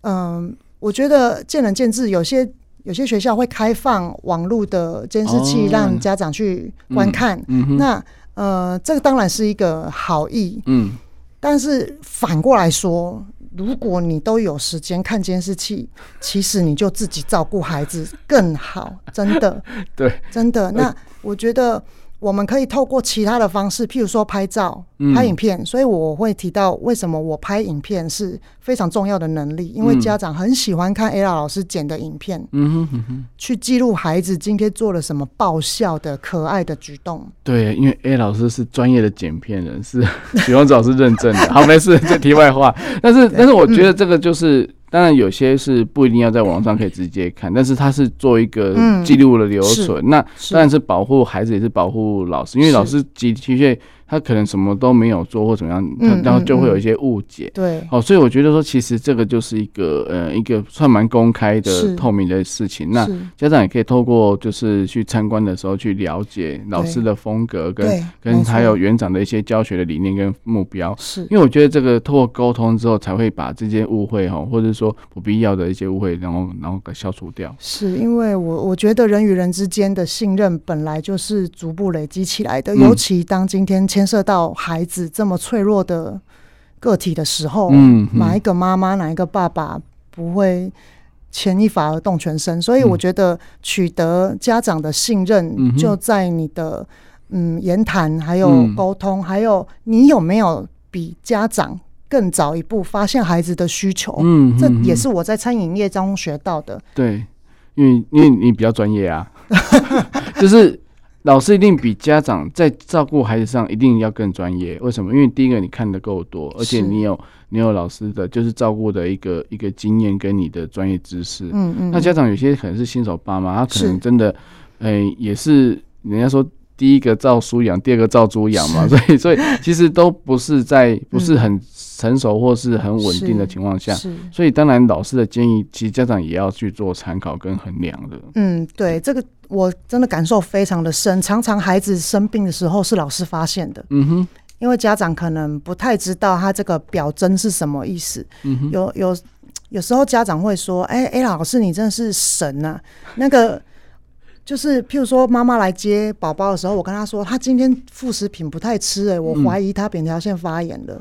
Speaker 1: 嗯，我觉得见仁见智，有些。有些学校会开放网络的监视器，
Speaker 2: 哦
Speaker 1: 让家长去观看。
Speaker 2: 嗯哼，
Speaker 1: 那呃，这个当然是一个好意，
Speaker 2: 嗯，
Speaker 1: 但是反过来说，如果你都有时间看监视器，其实你就自己照顾孩子更好，真的，
Speaker 2: 对，
Speaker 1: 真的。那我觉得我们可以透过其他的方式，譬如说拍照、
Speaker 2: 嗯
Speaker 1: 拍影片，所以我会提到为什么我拍影片是非常重要的能力，因为
Speaker 2: 嗯
Speaker 1: 家长很喜欢看 Ella 老师剪的影片，
Speaker 2: 嗯哼嗯哼，
Speaker 1: 去记录孩子今天做了什么爆笑的可爱的举动。
Speaker 2: 对，因为 A 老师是专业的剪片人，是许光老师认证的。好，没事，这题外话。但是，但是我
Speaker 1: 嗯
Speaker 2: 觉得这个就是，当然有些是不一定要在网上可以直接看，但是它是做一个
Speaker 1: 嗯
Speaker 2: 记录的留存。那
Speaker 1: 是
Speaker 2: 当然是保护孩子，也是保护老师，因为
Speaker 1: 是
Speaker 2: 老师的的确他可能什么都没有做或怎么样，他
Speaker 1: 嗯
Speaker 2: 然后就会有
Speaker 1: 嗯
Speaker 2: 一些误解。
Speaker 1: 对，
Speaker 2: 哦，所以我觉得说，其实这个就是一个呃，一个算蛮公开的、
Speaker 1: 是
Speaker 2: 透明的事情。那
Speaker 1: 是
Speaker 2: 家长也可以透过就是去参观的时候去了解老师的风格跟
Speaker 1: 对，没
Speaker 2: 跟
Speaker 1: 错
Speaker 2: 还有园长的一些教学的理念跟目标。
Speaker 1: 是
Speaker 2: 因为我觉得这个透过沟通之后，才会把这些误会哈，或者说不必要的一些误会，然后然后给消除掉。
Speaker 1: 是因为我我觉得人与人之间的信任本来就是逐步累积起来的，
Speaker 2: 嗯
Speaker 1: 尤其当今天牵涉到孩子这么脆弱的个体的时候，
Speaker 2: 嗯嗯
Speaker 1: 哪一个妈妈哪一个爸爸不会牵一发而动全身？所以
Speaker 2: 嗯
Speaker 1: 我觉得取得家长的信
Speaker 2: 嗯
Speaker 1: 任，
Speaker 2: 哼
Speaker 1: 就在你的嗯言谈，还有
Speaker 2: 嗯
Speaker 1: 沟通，还有你有没有比家长更早一步发现孩子的需求。
Speaker 2: 嗯，
Speaker 1: 这
Speaker 2: 嗯
Speaker 1: 也
Speaker 2: 嗯
Speaker 1: 是我在餐饮业中学到的，
Speaker 2: 对，因为因为你比较专业啊， 就是老师一定比家长在照顾孩子上一定要更专业。为什么？因为第一个你看的够多，而且
Speaker 1: 是
Speaker 2: 你有你有老师的就是照顾的一个一个经验跟你的专业知识。
Speaker 1: 嗯嗯，
Speaker 2: 那
Speaker 1: 嗯
Speaker 2: 家长有些可能是新手爸妈，他可能
Speaker 1: 是
Speaker 2: 真的，哎、也是人家说。第一个照书养，第二个照猪养嘛，所以所以其实都不是在不是
Speaker 1: 嗯
Speaker 2: 很成熟或是很稳定的
Speaker 1: 是
Speaker 2: 情况下，
Speaker 1: 是，
Speaker 2: 所以当然老师的建议，其实家长也要去做参考跟衡量的。
Speaker 1: 嗯，对，这个我真的感受非常的深。常常孩子生病的时候是老师发现的，
Speaker 2: 嗯哼，
Speaker 1: 因为家长可能不太知道他这个表征是什么意思。
Speaker 2: 嗯哼，
Speaker 1: 有有有时候家长会说：“哎、哎，老师你真的是神呐、 那个。就是，譬如说，妈妈来接宝宝的时候，我跟她说，她今天副食品不太吃、哎，我
Speaker 2: 嗯
Speaker 1: 怀疑她扁桃腺发炎了。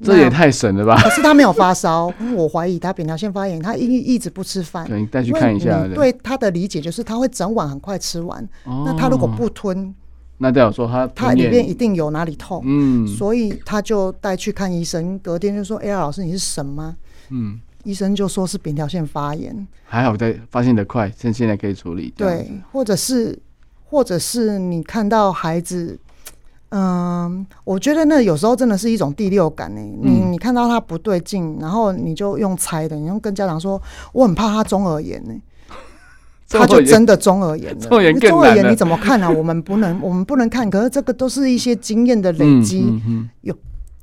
Speaker 2: 这也太神了 吧！
Speaker 1: 可是她没有发烧，我怀疑她扁桃腺发炎，她一一直不吃饭
Speaker 2: 可。能带去看一下
Speaker 1: 因为。你嗯
Speaker 2: 对，
Speaker 1: 对他的理解就是他会整碗很快吃完，
Speaker 2: 哦
Speaker 1: 那他如果，不吞，
Speaker 2: 那代表说他
Speaker 1: 他
Speaker 2: 吞
Speaker 1: 里
Speaker 2: 咽
Speaker 1: 面一定有哪里痛，
Speaker 2: 嗯
Speaker 1: 所以他就带去看医生。隔天就说：“哎、呀，老师你是神吗
Speaker 2: 嗯，？”
Speaker 1: 医生就说是扁桃腺发炎，
Speaker 2: 还好在发现的快，趁现在可以处理。这样
Speaker 1: 对
Speaker 2: 子，，
Speaker 1: 或者是或者是你看到孩子。嗯，我觉得那有时候真的是一种第六感呢、你
Speaker 2: 嗯
Speaker 1: 你看到他不对劲，然后你就用猜的，你用跟家长说，我很怕他中耳炎欸呢、他
Speaker 2: 这
Speaker 1: 就
Speaker 2: 么严
Speaker 1: 真的中耳炎了。
Speaker 2: 中耳炎更
Speaker 1: 中耳
Speaker 2: 难了
Speaker 1: 炎你怎么看啊？我们不能， 我们不能看。可是这个都是一些经验的累
Speaker 2: 嗯
Speaker 1: 积，
Speaker 2: 嗯嗯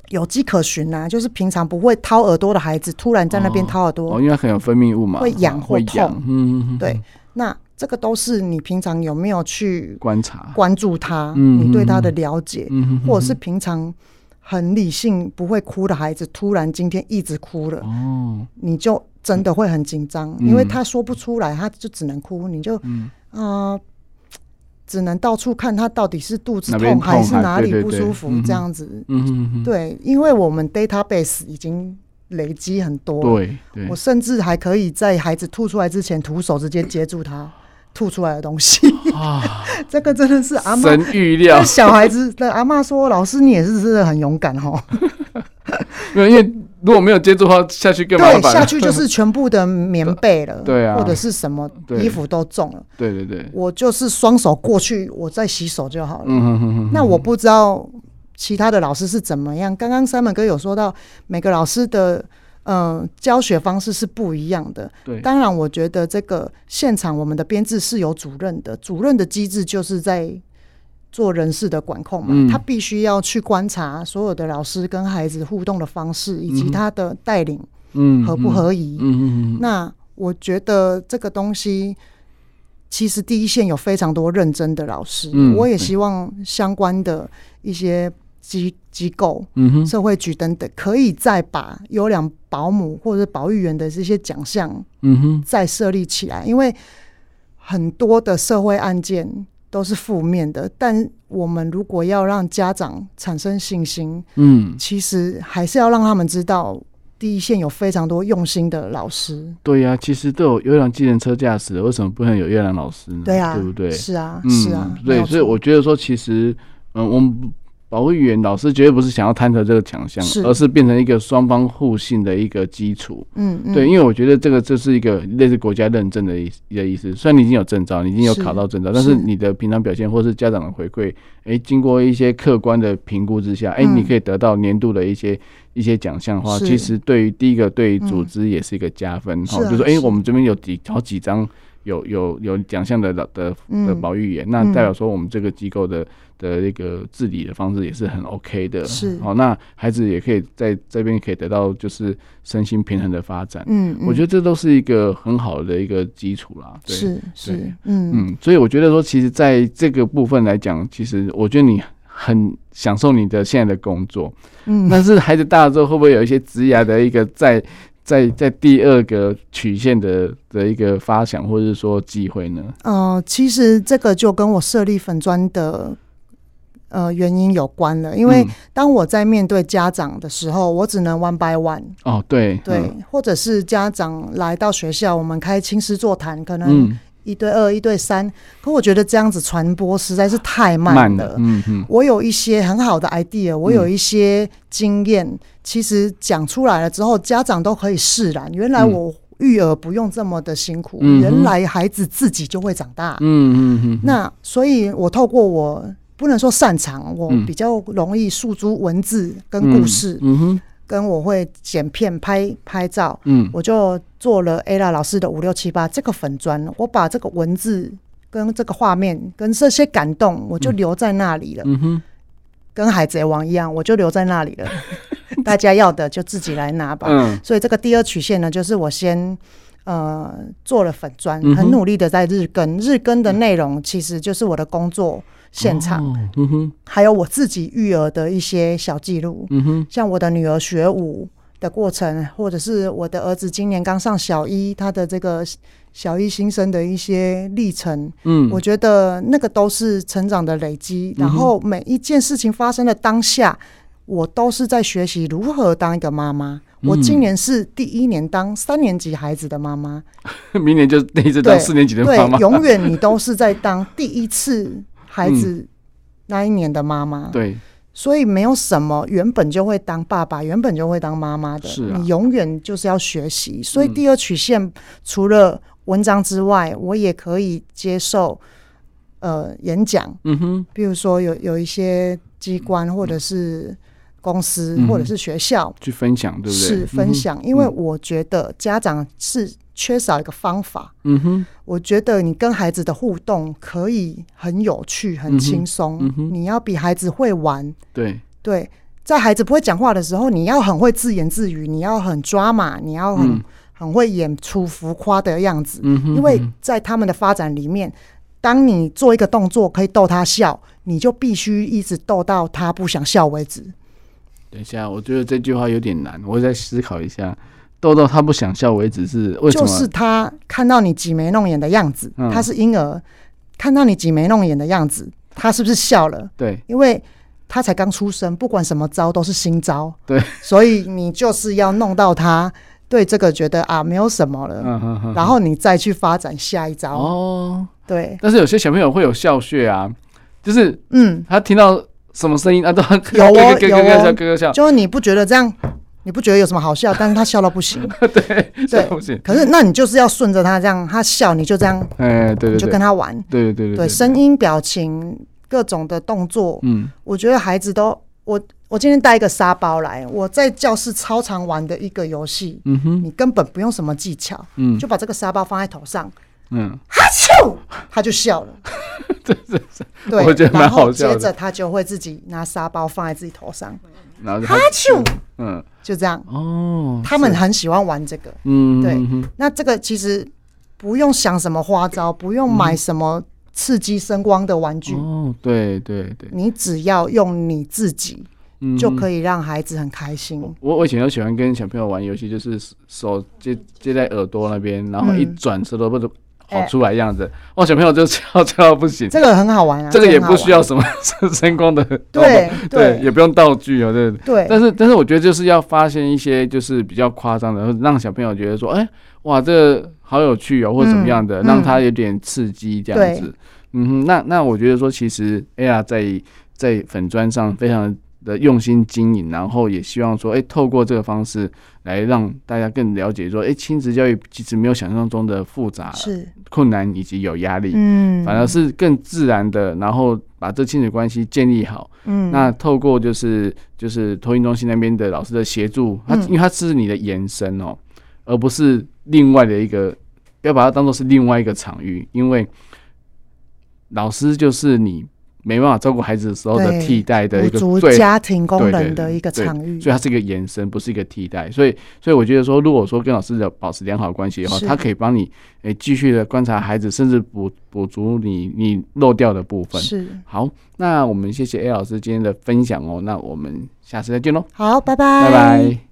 Speaker 1: 有迹可循啊。就是平常不会掏耳朵的孩子，突然在那边掏耳朵，
Speaker 2: 哦，因为它可能有分泌物嘛，
Speaker 1: 会痒
Speaker 2: 哦
Speaker 1: 或
Speaker 2: 会痒
Speaker 1: 痛。
Speaker 2: 嗯嗯嗯，
Speaker 1: 对，那这个都是你平常有没有去
Speaker 2: 观察，
Speaker 1: 关注他，
Speaker 2: 嗯
Speaker 1: 你对他的了解，
Speaker 2: 嗯哼哼
Speaker 1: 或者是平常很理性不会哭的孩子，突然今天一直哭了，
Speaker 2: 哦，
Speaker 1: 你就真的会很紧张，
Speaker 2: 嗯
Speaker 1: 因为他说不出来，他就只能哭，你就
Speaker 2: 嗯
Speaker 1: 啊、只能到处看他到底是肚子
Speaker 2: 哪边
Speaker 1: 痛还是
Speaker 2: 痛还
Speaker 1: 哪
Speaker 2: 对
Speaker 1: 里
Speaker 2: 对
Speaker 1: 不
Speaker 2: 对
Speaker 1: 舒服
Speaker 2: 嗯哼
Speaker 1: 这样子。
Speaker 2: 嗯哼哼
Speaker 1: 对，因为我们 database 已经累积很多，
Speaker 2: 对对
Speaker 1: 我，甚至还可以在孩子吐出来之前，徒手直接接住他吐出来的东 西。
Speaker 2: 啊，
Speaker 1: 这个真的是阿妈
Speaker 2: 神预料，
Speaker 1: 小孩子的阿妈说：“老师，你也是真的很勇敢哦。
Speaker 2: 没有因为如果没有接触的话，下去”更麻
Speaker 1: 对，
Speaker 2: 烦
Speaker 1: 下
Speaker 2: 了。
Speaker 1: 去就是全部的棉被了，
Speaker 2: 对啊
Speaker 1: 或者是什么
Speaker 2: 对
Speaker 1: 衣服都中了。
Speaker 2: 对对对，
Speaker 1: 我就是双手过去，我再洗手就好了。
Speaker 2: 嗯哼哼哼，
Speaker 1: 那我不知道其他的老师是怎么样。刚刚 Simon 哥有说到每个老师的嗯、教学方式是不一样的。
Speaker 2: 对，
Speaker 1: 当然，我觉得这个现场我们的编制是有主任的，主任的机制就是在做人事的管控嘛，
Speaker 2: 嗯
Speaker 1: 他必须要去观察所有的老师跟孩子互动的方式，以
Speaker 2: 嗯
Speaker 1: 及
Speaker 2: 哼
Speaker 1: 他的带领
Speaker 2: 嗯
Speaker 1: 合不？合宜。
Speaker 2: 嗯嗯嗯嗯，
Speaker 1: 那我觉得这个东西，其实第一线有非常多认真的老师，
Speaker 2: 嗯
Speaker 1: 我也
Speaker 2: 对
Speaker 1: 希望相关的一些机机构、
Speaker 2: 嗯哼，
Speaker 1: 社会局等等，可以再把优良保姆或者保育员的这些奖项
Speaker 2: 嗯哼，
Speaker 1: 再设立起来，因为很多的社会案件都是负面的，但我们如果要让家长产生信心，
Speaker 2: 嗯，
Speaker 1: 其实还是要让他们知道。第一线有非常多用心的老师，
Speaker 2: 对呀、其实都有优良机人车驾驶的，为什么不能有优良老师呢？
Speaker 1: 对啊，
Speaker 2: 嗯对不对？
Speaker 1: 是啊，
Speaker 2: 嗯，
Speaker 1: 是啊，没
Speaker 2: 对，
Speaker 1: 有
Speaker 2: 所以
Speaker 1: 错
Speaker 2: 我觉得说，其实，嗯，我们保育员老师绝对不是想要贪得这个强项，
Speaker 1: 是
Speaker 2: 而是变成一个双方互信的一个基础。
Speaker 1: 嗯嗯，
Speaker 2: 对，因为我觉得这个就是一个类似国家认证的意思的意思。虽然你已经有证照，你已经有
Speaker 1: 是
Speaker 2: 考到证照，但是
Speaker 1: 是
Speaker 2: 你的平常表现或是家长的回馈，诶，经过一些客观的评估之下，诶，
Speaker 1: 嗯
Speaker 2: 你可以得到年度的一些一些奖项的话，
Speaker 1: 是嗯
Speaker 2: 其实对于第一个对于组织也是一个加分哈、
Speaker 1: 是啊
Speaker 2: 就说诶，
Speaker 1: 是
Speaker 2: 我们这边有几好几张。有有有奖项的老的的
Speaker 1: 嗯
Speaker 2: 保育员，那
Speaker 1: 嗯
Speaker 2: 代表说我们这个机构的的那个治理的方式也是很 OK 的，
Speaker 1: 是
Speaker 2: 好、那孩子也可以在这边可以得到就是身心平衡的发展，
Speaker 1: 嗯，
Speaker 2: 我觉
Speaker 1: 得
Speaker 2: 得这都是一个很好的一个基础啦。对，
Speaker 1: 是是
Speaker 2: 对，
Speaker 1: 嗯
Speaker 2: 嗯，所以我觉得说，其实在这个部分来讲，其实我觉得你很享受你的现在的工作，
Speaker 1: 嗯，
Speaker 2: 但是孩子大了之后，会不会有一些职涯的一个在在在第二个曲线的的一个发想，或者是说机会呢？
Speaker 1: 呃，其实这个就跟我设立粉砖的呃原因有关了，因为
Speaker 2: 嗯
Speaker 1: 当我在面对家长的时候，我只能 one by one，
Speaker 2: 哦，对
Speaker 1: 对，或者是家长来到学校，我们开亲师座谈，可能
Speaker 2: 嗯，
Speaker 1: 一对二、一对三，可我觉得这样子传播实在是太慢
Speaker 2: 慢
Speaker 1: 了
Speaker 2: 的，，嗯嗯
Speaker 1: 我有一些很好的 idea，我有一些经验，其实讲出来了之后，家长都可以释然。原来
Speaker 2: 嗯
Speaker 1: 我育儿不用这么的辛苦，
Speaker 2: 嗯哼
Speaker 1: 原来孩子自己就会长大。
Speaker 2: 嗯嗯嗯，
Speaker 1: 那所以，我透过我不能说擅长，我
Speaker 2: 嗯
Speaker 1: 比较容易诉诸文字跟故事，
Speaker 2: 嗯哼，
Speaker 1: 跟我会剪片拍拍照，
Speaker 2: 嗯
Speaker 1: 我就做了 Ella 老师的五六七八这个粉砖，我把这个文字。跟这个画面，跟这些感动，我就留在那里了。
Speaker 2: 嗯哼，
Speaker 1: 跟海贼王一样，我就留在那里 了。大家要的就自己来拿吧。
Speaker 2: 嗯
Speaker 1: 所以这个第二曲线呢，就是我先呃做了粉砖
Speaker 2: 嗯哼，
Speaker 1: 很努力的在日更。日更的内容其实就是我的工作现场，
Speaker 2: 哦嗯哼，
Speaker 1: 还有我自己育儿的一些小记录，
Speaker 2: 嗯哼，
Speaker 1: 像我的女儿学舞的过程，或者是我的儿子今年刚上小一，他的这个小一新生的一些历程。
Speaker 2: 嗯，
Speaker 1: 我觉得那个都是成长的累积，然后每一件事情发生的当下，我都是在学习如何当一个妈妈。
Speaker 2: 嗯
Speaker 1: 我今年是第一年当三年级孩子的妈妈，
Speaker 2: 明年就那一次当
Speaker 1: 对
Speaker 2: 四年级的
Speaker 1: 对
Speaker 2: 妈妈，，
Speaker 1: 永远你都是在当第一次孩
Speaker 2: 嗯
Speaker 1: 子那一年的妈妈，
Speaker 2: 对，
Speaker 1: 所以没有什么原本就会当爸爸，原本就会当妈妈的，
Speaker 2: 是啊
Speaker 1: 你永远就是要学习。所以
Speaker 2: 嗯
Speaker 1: 第二曲线除了文章之外，我也可以接受呃演讲。
Speaker 2: 嗯哼，
Speaker 1: 比如说有有一些机关或者是公司、
Speaker 2: 嗯
Speaker 1: 或者是学校
Speaker 2: 去分享，对不对？嗯
Speaker 1: 是分享，因为我觉得家长是缺少一个方法。
Speaker 2: 嗯哼，
Speaker 1: 我觉得你跟孩子的互动可以很有趣、很轻松，
Speaker 2: 嗯哼
Speaker 1: 你要比孩子会玩，
Speaker 2: 对，
Speaker 1: 对。在孩子不会讲话的时候，你要很会自言自语，你要很抓马，你要很、
Speaker 2: 嗯
Speaker 1: 很会演出浮夸的样子。
Speaker 2: 嗯哼，
Speaker 1: 因为在他们的发展里面，当你做一个动作可以逗他笑，你就必须一直逗到他不想笑为止。
Speaker 2: 等一下，我觉得这句话有点难，我再思考一下。豆豆他不想笑为止是为什
Speaker 1: 就
Speaker 2: 么？
Speaker 1: 是他看到你挤眉弄眼的样子，
Speaker 2: 嗯
Speaker 1: 他是婴儿，看到你挤眉弄眼的样子，他是不是笑了？
Speaker 2: 对，
Speaker 1: 因为他才刚出生，不管什么招都是新招，
Speaker 2: 对，
Speaker 1: 所以你就是要弄到他对这个觉得啊没有什么了，
Speaker 2: 嗯哼哼。
Speaker 1: 然后你再去发展下一招。
Speaker 2: 哦，
Speaker 1: 对，
Speaker 2: 但是有些小朋友会有笑穴啊，就是
Speaker 1: 嗯，
Speaker 2: 他听到什么声音啊，都 咯
Speaker 1: 有哦
Speaker 2: 咯咯咯
Speaker 1: 有
Speaker 2: 咯
Speaker 1: 哦
Speaker 2: 笑，咯咯笑，
Speaker 1: 就是你不觉得这样，你不觉得有什么好笑，但是他笑到不 行。
Speaker 2: 对
Speaker 1: 对
Speaker 2: 不行，
Speaker 1: 可是那你就是要顺着他这样，他笑你就这样，
Speaker 2: 哎，对
Speaker 1: 你
Speaker 2: 对
Speaker 1: 就
Speaker 2: 对，
Speaker 1: 跟他玩。
Speaker 2: 对对对
Speaker 1: 对，声音、表情、各种的动作，
Speaker 2: 嗯
Speaker 1: 我觉得孩子都我我今天带一个沙包来，我在教室超常玩的一个游戏，
Speaker 2: 嗯哼，
Speaker 1: 你根本不用什么技巧，
Speaker 2: 嗯
Speaker 1: 就把这个沙包放在头上，
Speaker 2: 嗯，
Speaker 1: 哈咻，他就笑了。
Speaker 2: 这这这，
Speaker 1: 对，
Speaker 2: 我觉得蛮
Speaker 1: 然后
Speaker 2: 好笑的
Speaker 1: 接着他就会自己拿沙包放在自己头上，
Speaker 2: 然后就
Speaker 1: 哈
Speaker 2: 他
Speaker 1: 咻，
Speaker 2: 嗯
Speaker 1: 就这样。
Speaker 2: 哦，
Speaker 1: 他们很喜欢玩这个。
Speaker 2: 嗯
Speaker 1: 对
Speaker 2: 嗯哼
Speaker 1: 那这个其实不用想什么花招，不用买什么刺激声光的玩具，
Speaker 2: 哦，对对对，
Speaker 1: 你只要用你自己
Speaker 2: 嗯
Speaker 1: 就
Speaker 2: 哼
Speaker 1: 可以让孩子很开心。
Speaker 2: 我我以前都喜欢跟小朋友玩游戏，就是手接接在耳朵那边，然后一
Speaker 1: 嗯哎
Speaker 2: 转舌头不就跑出来样子，哦，小朋友就笑笑到不行。
Speaker 1: 这个很好玩啊，
Speaker 2: 这个也不需要
Speaker 1: 很
Speaker 2: 什么 声光的，哦
Speaker 1: 对
Speaker 2: 对
Speaker 1: 对，
Speaker 2: 也不用道具哦，对。
Speaker 1: 好玩对
Speaker 2: 但是但是我觉得就是要发现一些就是比较夸张的，或者让小朋友觉得说，哎、哇，这个好有趣哦，或者怎么样的，
Speaker 1: 嗯
Speaker 2: 让他有点刺激这样子。嗯哼，那那我觉得说，其实 AR 在在粉砖上非常的用心经营，然后也希望说，哎、透过这个方式来让大家更了解说，哎、亲子教育其实没有想象中的复杂、
Speaker 1: 是
Speaker 2: 困难以及有压力。
Speaker 1: 嗯，
Speaker 2: 反而是更自然的，然后把这亲子关系建立好，
Speaker 1: 嗯
Speaker 2: 那透过就是就是托运中心那边的老师的协助，他
Speaker 1: 嗯
Speaker 2: 因为他是你的延伸哦，而不是另外的一个，不要把它当做是另外一个场域，因为老师就是你没办法照顾孩子的时候的
Speaker 1: 对
Speaker 2: 替代的一
Speaker 1: 补
Speaker 2: 个
Speaker 1: 足
Speaker 2: 最
Speaker 1: 家庭功
Speaker 2: 对对
Speaker 1: 能的一个
Speaker 2: 对
Speaker 1: 场域
Speaker 2: 所以，它是一个延伸，不是一个替代。所以，所以我觉得说，如果说跟老师的保持良好的关系的话，
Speaker 1: 是
Speaker 2: 他可以帮你诶继续的观察孩子，甚至补补足你你漏掉的部分。
Speaker 1: 是
Speaker 2: 好，那我们谢谢 A 老师今天的分享哦，那我们下次再见喽，
Speaker 1: 好，拜拜，
Speaker 2: 拜拜。